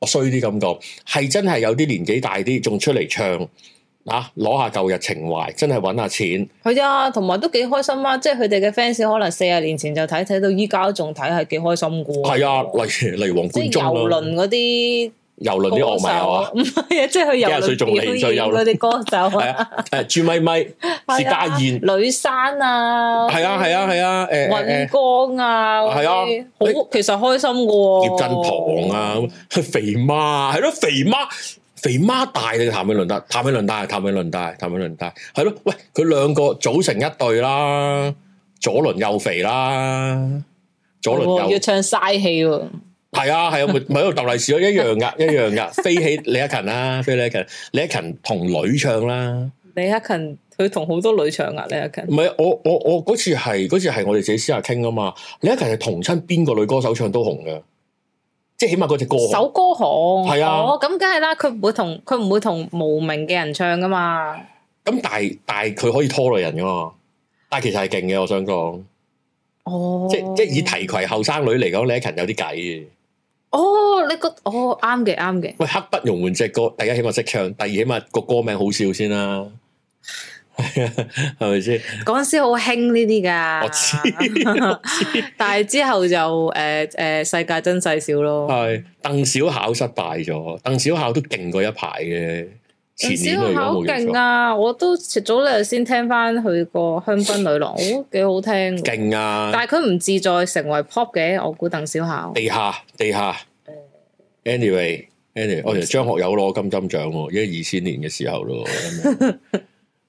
我衰啲咁講，係真係有啲年紀大啲，仲出嚟唱啊，攞下舊日情懷，真係揾下錢。
係啊，同埋都幾開心啊！即係佢哋嘅 fans 可能四十年前就睇，睇到依家都仲睇，係幾開心噶。
係啊，例如例如黃
即係
貫
遊
中啦，
輪嗰啲
遊輪啲樂迷係 嘛？
歌手唔係啊，即係去遊
幾廿歲仲嚟追
輪表
遊
演
輪
嗰啲歌手
係
啊，
啊，誒朱咪咪、薛
係啊
家燕，
女山啊，
係啊係啊係啊，誒誒誒
尹。光啊，
係啊
嗰啲好其實開心噶喎。
葉振棠啊，肥媽係咯，肥媽肥媽大定譚詠麟大？譚詠麟大，譚詠麟大，譚詠麟大係咯。喂，佢兩個組成一對啦，左輪右肥啦，左
係喎
輪
要
右
唱嘥氣喎，
係啊係啊，咪咪喺度鬥利是咯，一樣噶， 一樣噶。飛起李克勤啦，飛起李克勤，李克勤同女唱啦。
李克勤佢同好多女唱啊，李克勤
唔係我我我嗰次係嗰次係我哋自己私下傾啊嘛。李克勤係同親邊個女歌手唱都紅嘅，即係起碼嗰隻歌紅。
首歌行
係啊
哦，咁梗係啦，佢唔會同佢唔會同無名嘅人唱噶嘛。
咁但係但係佢可以拖累人噶嘛？但係其實係勁嘅，我想講，
哦，
即即係以提攜後生女嚟講，李克勤有啲計嘅。
哦，你覺哦啱嘅啱嘅，
喂，刻不容緩隻歌，第一起碼識唱，第二起碼個歌名好笑先啦。 係啊，係咪先？
嗰陣時好興呢啲㗎，
我 知
但係之後就誒誒、世界真細小咯。
係鄧小巧失敗咗，鄧小巧都勁過一排嘅。前年
鄧
嚟
小巧
講冇記
勁
錯，
啊！我都早兩日先聽翻佢個《香檳女郎》，哦幾好聽㗎。
勁啊！
但係佢唔志在成為 pop 嘅，我估鄧小巧。
地下地下，anyway 哦 anyway，我其實張學友攞金針獎喎，因為二千年嘅時候咯。咁 樣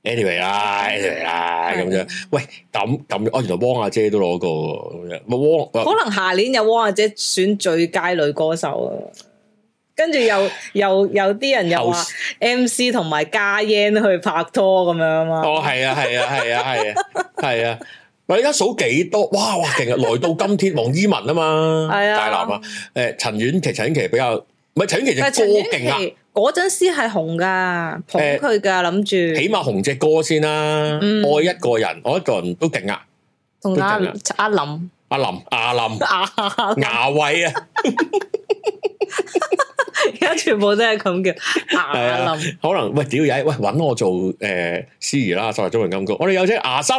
anyway 啦，anyway 啦，咁樣。喂，咁咁，哦，原來汪阿姐都攞過喎，咁樣。咪汪，
可能下年有汪阿姐選最佳女歌手啊！跟住又又有啲人又話
後
MC 同埋嘉欣去拍拖咁樣啊嘛。
哦，係啊，係啊，係啊，係啊，係啊。喂，而家數幾多？哇哇，勁啊！來到今天，黃依文啊嘛，
係啊
大男啊，誒，陳婉琪，陳婉琪比較，唔係陳婉琪隻
但係陳
歌勁啊
婉，琪嗰陣時係紅噶，捧
誒
佢噶，諗住
起碼紅隻歌先啦。
嗯
愛一個人，愛一個人都勁啊。
同阿
都勁啊
阿林
阿林，阿林。
啊，
牙位啊，
而家全部都係 咁叫
啊
阿林。
可能喂屌嘢，喂揾我做誒司儀啦，十大中文金曲，我哋有隻牙心、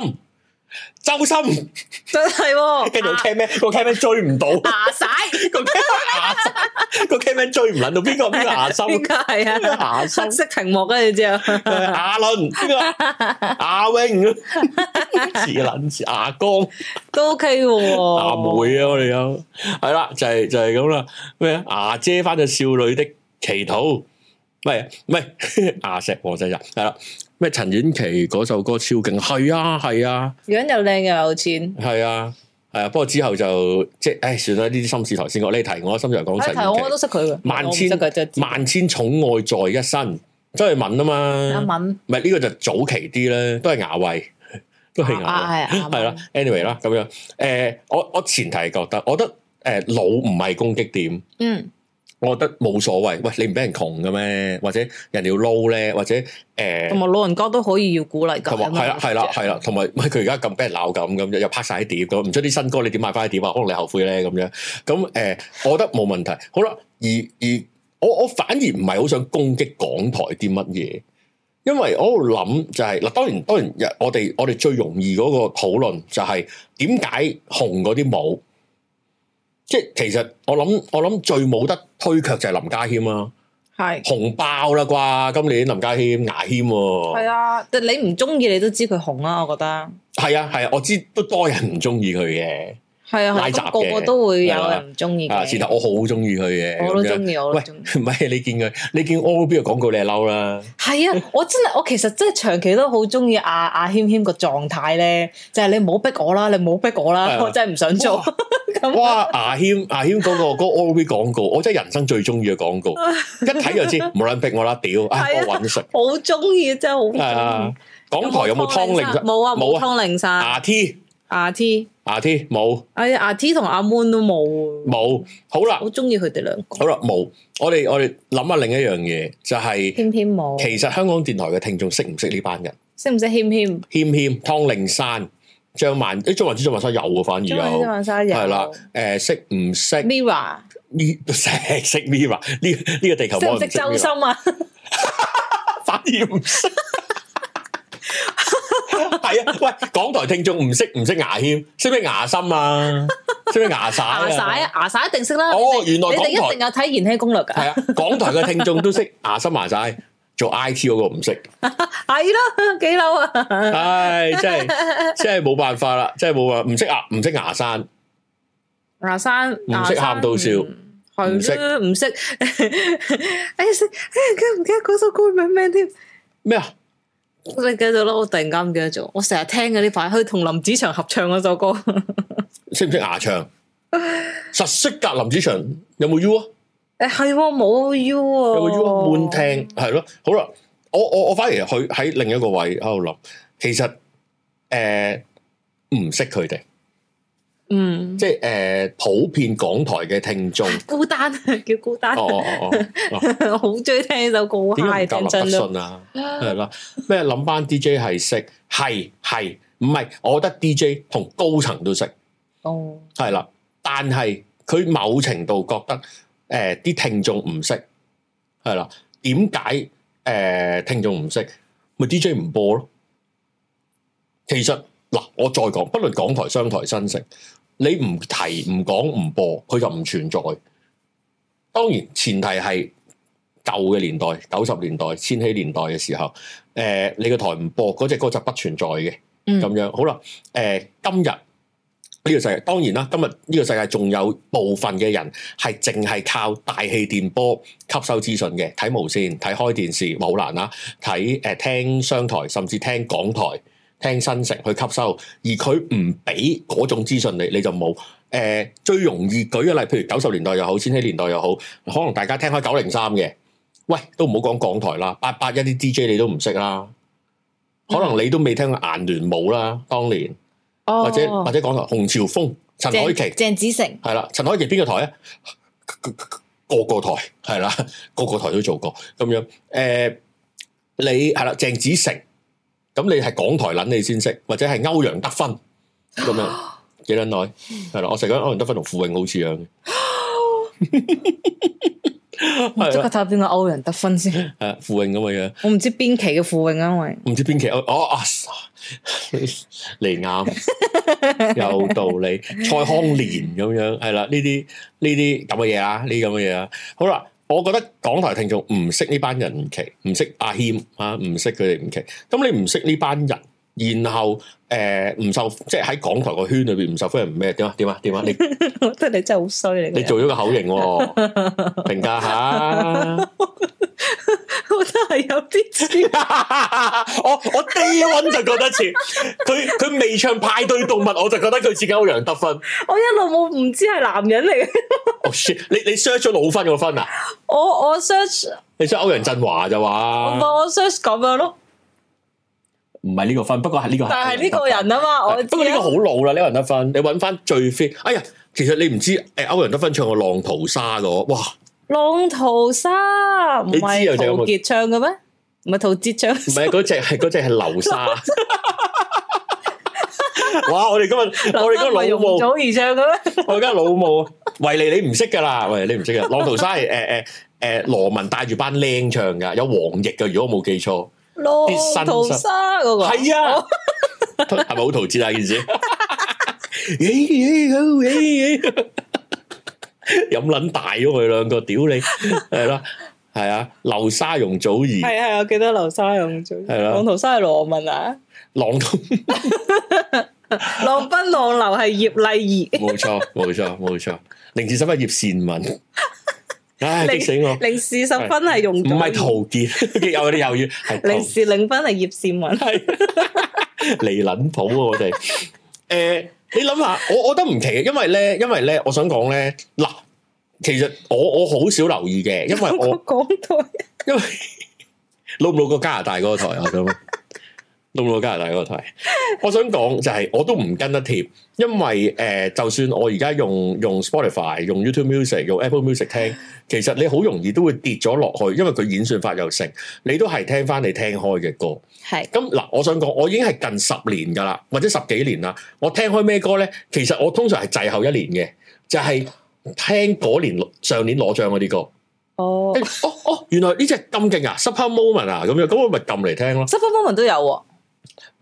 周心，
真係喎，
跟住個
牙
cam 個 cam 追唔到，個
牙 晒
cam 牙心，個 cam 追唔撚到邊個邊個牙心，
邊個係
邊個
啊？
牙心
黑，色屏幕跟住之後，
牙輪邊個牙泳，似撚似牙光。
都 OK 喎。
阿妹啊，我哋有係啦，就係、就係咁啦。咩啊？牙遮翻咗少女的祈禱，唔係唔 係牙石黃世澤係啦。咩陳婉琪嗰首歌超勁，係啊係啊
樣又靚又有錢。
係啊係啊。不過之後就即係，唉，算啦，呢啲心事頭先講。你提我，心事頭講
哎
陳
提我我
婉
都識佢嘅，
萬
我唔
千
識佢就
琪，萬千寵愛在一身，周慧敏啊
阿
嘛，
敏
唔係呢個就早期啲啦，都係牙慧， 都係牙慧。
啊係啊
係啦，，anyway 啦，咁樣，誒、我我前提係覺得，我覺得誒、老唔係攻擊點，
嗯，
我覺得冇所謂。喂，你唔俾人窮嘅咩？或者人哋要撈咧，或者誒，
嗯同埋老人家都可以要鼓勵㗎。
同埋係啦，係啦，係啦，同埋喂佢而家咁俾人鬧咁咁，又拍晒啲碟咁，唔出啲新歌，你點買翻啲碟啊？可能你後悔咧咁樣。咁誒、我覺得冇問題。好啦，而而我我反而唔係好想攻擊港台啲乜嘢。因為我喺度諗就係、嗱，當然當然，我哋我哋最容易嗰個討論就係點解紅嗰啲冇，即係其實我諗我諗最冇得推卻就係林家謙啦，
係
紅爆啦啩，今年林家謙牙謙喎，
係啊，但你唔中意你都知佢紅啦，我覺得
係啊係啊，我知都多人唔中意佢嘅，
係啊，
拉
係
閘
啊
嘅
個個都會有
係嘛
人唔中意
啊，前頭
嘅。
我好中意佢嘅，
我都
咁樣
中意我都
喂
中意，
唔係你見佢，你見 O B 嘅廣告你係嬲 啦，
係啊，我真係我其實真係長期都好中意阿阿軒軒個狀態咧，就係你唔好逼我啦，你唔好逼我
係
啦，
啊
我真係唔想做。咁
哇！牙軒牙軒嗰個嗰 O B 廣告，我真係人生最中意嘅廣 告，一睇就知，冇撚逼我啦，屌，啊
係啊
我揾 食，
好中意，真係好中
係啊
意。，
港台有冇湯
湯
令
沙冇啊，
冇
冇
啊
湯令晒。
牙 T
阿 T，
牙 T 冇
哎呀，阿 T 同阿 Moon 都冇啊，
冇，好啦
好中意佢哋兩個。
好啦冇，我哋我哋諗下另一樣嘢，就係、
謙謙冇，
其實香港電台嘅聽眾識唔識呢班人？
識唔識謙謙？
謙謙、湯令山、張曼，誒張曼珠、張曼山有喎，反而
中意啊
有
張生有。
係啦。誒識唔識
Mira，
呢？ 識識 Mira 呢？呢個地球
識
冇
唔
人
識
識 Mira
周深啊？
反而唔識。 係啊，喂，港台聽眾唔識唔識牙謙，識唔識牙心啊？識唔識牙晒
牙
啊？
曬，牙曬一定識啦。
哦，原
你
來港
哋一
台
定有睇《延禧攻略》
係
㗎，
啊，港台嘅聽眾都識牙心牙晒，做 I T 嗰個唔識。
係咯， 幾嬲啊！
唉，真係真係冇辦法啦，真係冇辦法，唔識牙唔識牙山，
牙生
唔識喊到笑，唔識
係咯，唔識。 哎呀，識哎呀，記唔記得嗰首歌名咩添？
咩啊？
你繼續啦，我突然間唔記得咗。我成日聽嘅呢排，佢同林子祥合唱嗰首 歌，
識唔識牙長？實識噶林子祥有冇 U 啊？
誒係喎，冇 U 喎，
有冇 U 啊？
哦
悶聽係咯，好啦，我我我反而去喺另一個位喺度諗，其實誒唔識佢哋，
嗯，
即係誒普遍港台嘅聽眾。
孤單叫孤單，
哦
我
哦哦哦，
好中意聽呢首歌，好
點解
high
唔夠
聽
林
真
德
咗。
信啊？
哦
係啦，咩諗班 DJ 係識，係係唔係？我覺得 DJ 同高層都識。
哦，
係啦，但係佢某程度覺得诶啲、聽眾唔識，係啦，點解诶聽眾唔識？咪 DJ 唔播咯。其實嗱，我再講，不論港台、商台、新城，你唔提、唔講、唔播，佢就唔存在。當然前提係舊嘅年代、九十年代、千禧年代嘅時候，诶、你個台唔播，嗰只歌就不存在嘅。咁
嗯，
樣好啦。誒、今日呢個世界當然啦，今日呢個世界仲有部分嘅人係淨係靠大氣電波吸收資訊嘅，睇無線、睇開電視咪好難啦，睇誒、呃、聽商台，甚至聽港台、聽新城去吸收，而佢唔俾嗰種資訊你，你就冇。誒、最容易舉嘅例，譬如九十年代又好，千禧年代又好，可能大家聽開九零三嘅，喂，都唔好講港台啦，八八一啲 DJ 你都唔識啦，可能你都未聽過顏聯武啦，當年
哦
或者或者港台洪朝峰、陳凱琪
鄭鄭子誠，
係啦，陳凱琪邊個台啊？個個台係啦，個個台都做過咁樣。誒、你係啦，鄭子誠，咁你係港台撚你先識，或者係歐陽德芬咁 樣幾撚耐係啦。我成日覺得歐陽德芬同傅穎好似樣嘅，係啦
我即刻睇下邊個歐陽得 分先，
係啊傅穎咁嘅樣，
我唔知邊期嘅傅穎啊，因為
唔知邊期哦哦啊， 嚟啱有道理，蔡康年咁樣係啦，呢啲呢啲咁嘅嘢啊啦，呢啲咁嘅嘢啦。好啦，我覺得港台聽眾唔識呢班人唔奇，唔識阿謙啊，唔識佢哋唔奇。咁你唔識呢班人，然後誒唔、受，即係喺港台個圈裏邊唔受歡迎唔咩？點啊點啊點啊！你
我覺得你真係好衰你個
你
人，
做咗個口型喎、評價下。
我覺得係有啲 似。
我我低温就覺得似佢佢未唱派對動物，我就覺得佢似歐陽德芬。
我一路冇唔知係男人嚟嘅，
哦、shit！你你 search 咗老芬個芬啊？
我我 search
你 search 歐陽振華就
我
話
我 search 咁樣咯，
唔係呢個分，不過係呢個
但係呢個人啊嘛，我
不過呢個
個
好老啦，呢個人得分，你揾翻最 fit。哎呀，其實你唔知誒歐陽德芬唱過《浪淘沙》個，哇！
浪淘沙唔
你知有隻咁嘅
係陶傑唱嘅咩？唔係陶傑唱，
唔係啊嗰只係嗰只係流沙。 哇！我哋今日 我哋今日
唔係
老
容
母。
祖兒唱嘅咩？
我而家老母維尼你唔識噶啦，維尼你唔識嘅。浪淘沙係誒誒誒羅文帶住班僆唱噶，有黃奕嘅，如果我冇記錯，
浪淘沙嗰個
係啊，係咪好陶喆啊件事？飲撚大咗佢兩個，屌你係啦，係啊，流沙容祖兒。
係係，我記得流沙用咗，
係啦
浪淘沙係羅文啊，
朗讀
浪奔浪流係葉麗儀，
冇錯，冇錯，冇錯。零至十一葉善文，唉，激死我！
零時十分係用
唔係陶傑， 有啲又要係陶
零時零分係葉 倩文，
嚟撚譜啊！我哋誒、你諗下，我我覺得唔奇嘅，因為咧，因為咧，我想講咧，嗱，其實我我好少留意嘅，因為 我
港台
因為 老唔老過加拿大嗰個台啊？我想問老唔老過加拿大嗰個台？我想講就係我都唔跟得貼，因為誒、呃就算我而家用用 Spotify、用 YouTube Music、用 Apple Music 聽，其實你好容易都會跌咗落去，因為佢演算法又成，你都係聽翻你聽開嘅歌。
係
咁嗱，我想講，我已經係近十年㗎啦，或者十幾年啦。我聽開咩歌咧？其實我通常係滯後一年嘅，就係、聽嗰年攞上年攞獎嗰啲歌。
哦
跟住哦哦，原來呢只咁勁啊，Super Moment 啊，咁樣咁我咪撳嚟聽咯，
，Super Moment 都有喎，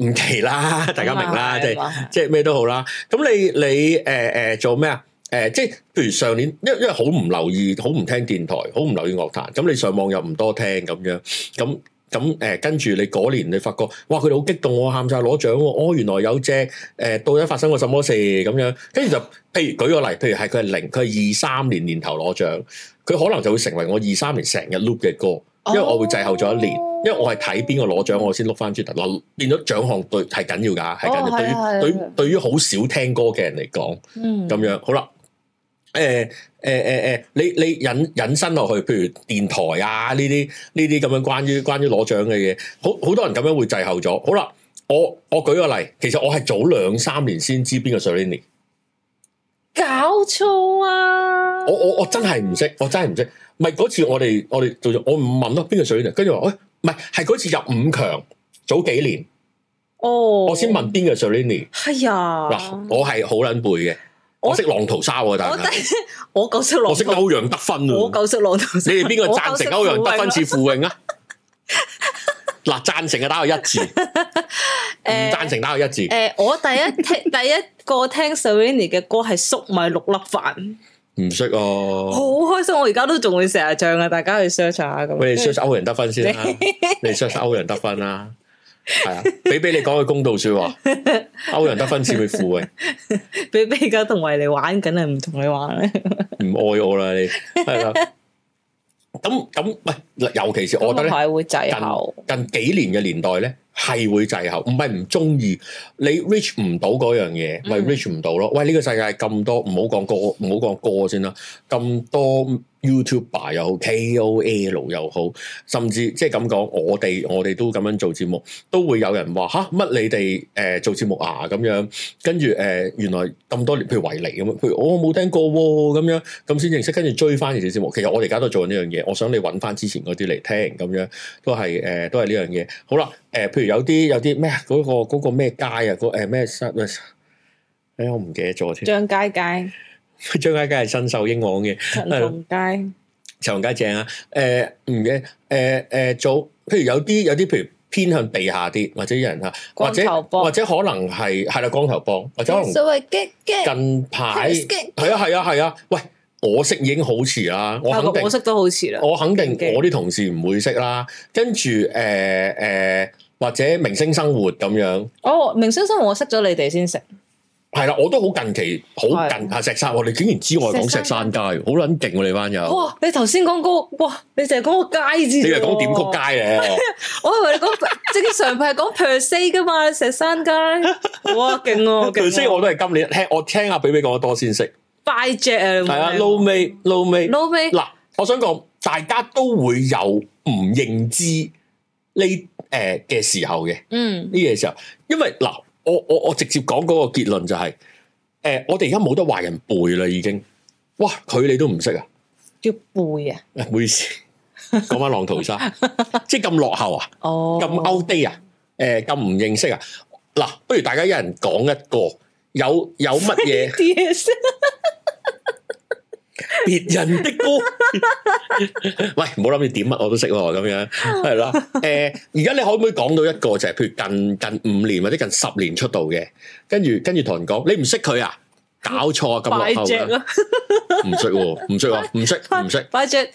唔奇啦，大家明啦，即係
係 啊
即係咩都好啦。咁你你誒誒、呃做咩啊？誒、即係譬如上年，因因為好唔留意，好唔聽電台，好唔留意樂壇，咁你上網又唔多聽咁樣，咁咁誒跟住你嗰年你發覺，哇！佢哋好激動喎，喊晒攞獎喎，哦原來有隻誒、呃到底發生過什麼事咁樣，跟住就譬如舉個例，譬如係佢係零，佢係二三年年頭攞獎，佢可能就會成為我二三年成日 loop 嘅歌。因為我會滯後咗一年
哦，
因為我係睇邊個攞獎，我先碌翻轉頭。嗱，變咗獎項對係緊要㗎，係緊
哦係啊係
要。
啊
對於
係
對
啊
對於好少聽歌嘅人嚟講，
嗯
咁樣好啦。誒誒誒誒，你你引引申落去，譬如電台啊呢啲呢啲咁樣關於關於攞獎嘅嘢，好好多人咁樣會滯後咗。好啦，我我舉個例，其實我係早兩三年先知邊個 s e r e n i
搞錯啊！
我我我真係唔識，我真係唔識。咪嗰次我哋我哋做咗，我唔問咯，邊個 s e r e n i 跟住話，喂、唔係係嗰次入五強，早幾年。
哦，
我先問邊個 Selene
係啊，
嗱，我係好撚背嘅，
我
我識浪淘沙喎，但
我真
係
係 我夠識浪
我識
淘，
歐陽德芬
我
啊！
夠識浪淘
你
沙，
哋邊個贊成歐陽
我夠識
德芬
富
似傅 穎啊？嗱，贊成嘅打個一字，唔
誒
贊成打個一字，
誒，我第 一聽第一個聽 Serrini 嘅歌係粟米六粒飯，
唔識
好
哦。
開心，我而家都仲會成日唱啊！大家去 search 下咁。
喂，你 search 歐陽德芬先 啦，你 search 歐陽德芬啦，係啊，俾俾你講句公道説 話，歐陽德芬似唔似傅穎？
比比而家同維尼玩緊啊，唔同你玩咧。
唔愛我啦你，係啦。咁咁，喂，嗱尤其是我覺得
咁
咧。
係會滯後。
近近幾年嘅年代咧，係會滯後，唔係唔中意，你 reach 唔到嗰樣嘢，咪
嗯
reach 唔到咯。喂，呢、個世界咁多，唔好講歌，唔好講歌先啦，咁多 YouTuber 又好，KOL 又好，甚至即係咁講，我哋我哋都咁樣做節目，都會有人話吓乜你哋誒、呃做節目啊咁樣，跟住誒、呃原來咁多年，譬如維尼咁樣，譬如哦我冇聽過喎、咁樣，咁先認識，跟住追翻以前節目。其實我哋而家都做緊呢樣嘢，我想你揾翻之前嗰啲嚟聽咁樣。都係誒、呃都係呢樣嘢。好啦，誒、呃譬如有啲有啲咩啊嗰個嗰、個咩街啊，嗰誒咩新誒，我唔記得咗添。
張佳佳、
張家街係新秀英皇嘅，
陳同佳，
陳家正啊，誒唔記得誒誒做，譬如有啲有啲譬如偏向地下啲，或者有人嚇，或
光頭
者
幫
或者可能係係啦光頭幫，或者可能
所謂激激
近排
激激
係啊係啊係啊，喂，我識已經好遲啦，我
啊
肯定
我。識都好似啦。
我肯定
嘅
我啲同事唔會識啦，跟住誒誒或者明星生活咁樣，
哦，明星生活我識咗你哋先食，
係啦，我都好近期好
係
近啊石山，我哋竟然知我係講石山街，好撚勁喎你班友，
哇！你頭先講嗰個，哇！你淨係講個街字，
你又講點曲？街啊咧？
啊我以為 你講正常係講 per se 噶嘛，石山街，哇！勁喎，
佢識
勁
我
喎
都係今年聽，我聽阿比比講得多先識，
拜只啊！你有冇
係啊，
聽
撈尾撈尾
撈尾
嗱，我想講大家都會有唔認知呢誒嘅時候嘅。呢
嗯，
嘢時候，因為嗱，我我我直接講嗰個結論就係、誒、我哋而家冇得話人背啦，已經，哇，佢你都唔識啊，
叫背啊，
誒唔好意思，講翻浪淘沙，即係咁落後啊，
哦，
咁 out day 啊，誒咁唔認識啊，嗱，不如大家一人講一個，有有乜嘢
D S，
別人的歌， 喂，唔好諗住點啊乜我都識喎，咁樣係啦，誒、而家你可唔可以講到一個就係、譬如近近五年或者近十年出道嘅，跟住跟住同人講你唔識佢啊，搞錯啊，咁
拜
落後
只
嘅，
啊，
唔識喎，唔識喎，唔識唔識，
拜只，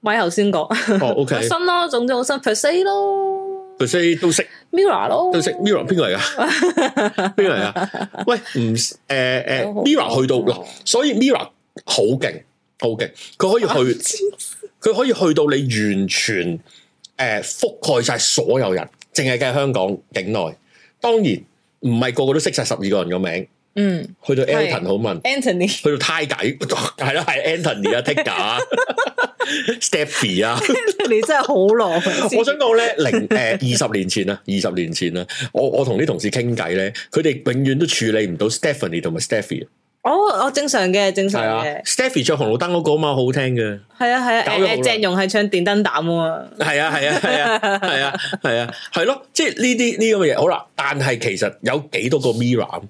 咪頭先講
哦，OK，
新咯，總之好新 per se 咯，
佢 say 都識，
Mirror 咯，
都識 Mirror 邊個嚟 噶？邊個嚟噶？喂，唔诶诶
有好哦
，Mirror 去到
多
嗱，所以 Mirror 好勁，好勁，佢可以去， 佢可以去到你完全诶、呃覆蓋晒所有人，淨係計香港境內。當然唔係個個都識晒十二個人個名，
嗯
去到
係
Elton 好問。
Ừ. ，Anthony
去到胎計，係啦，係 Anthony 啊，Tika 啊，Stephy 啊，
你真係好狼，啊
我想講咧， 零诶二十年前啊，二十年前啊，我我同啲同事傾偈咧，佢哋永遠都處理唔到 Stephanie 同埋 Stephy，
哦，我正常嘅，正
係
常
啊
嘅，
，Stephy 唱紅綠燈嗰個啊嘛，好好聽 嘅，
係啊係啊，
搞咗好
誒誒鄭融係唱電燈膽啊嘛，
係啊係啊係啊係啊係啊係咯，即係呢啲呢啲咁嘅嘢，好啦，但係其實有幾多個 Mirror？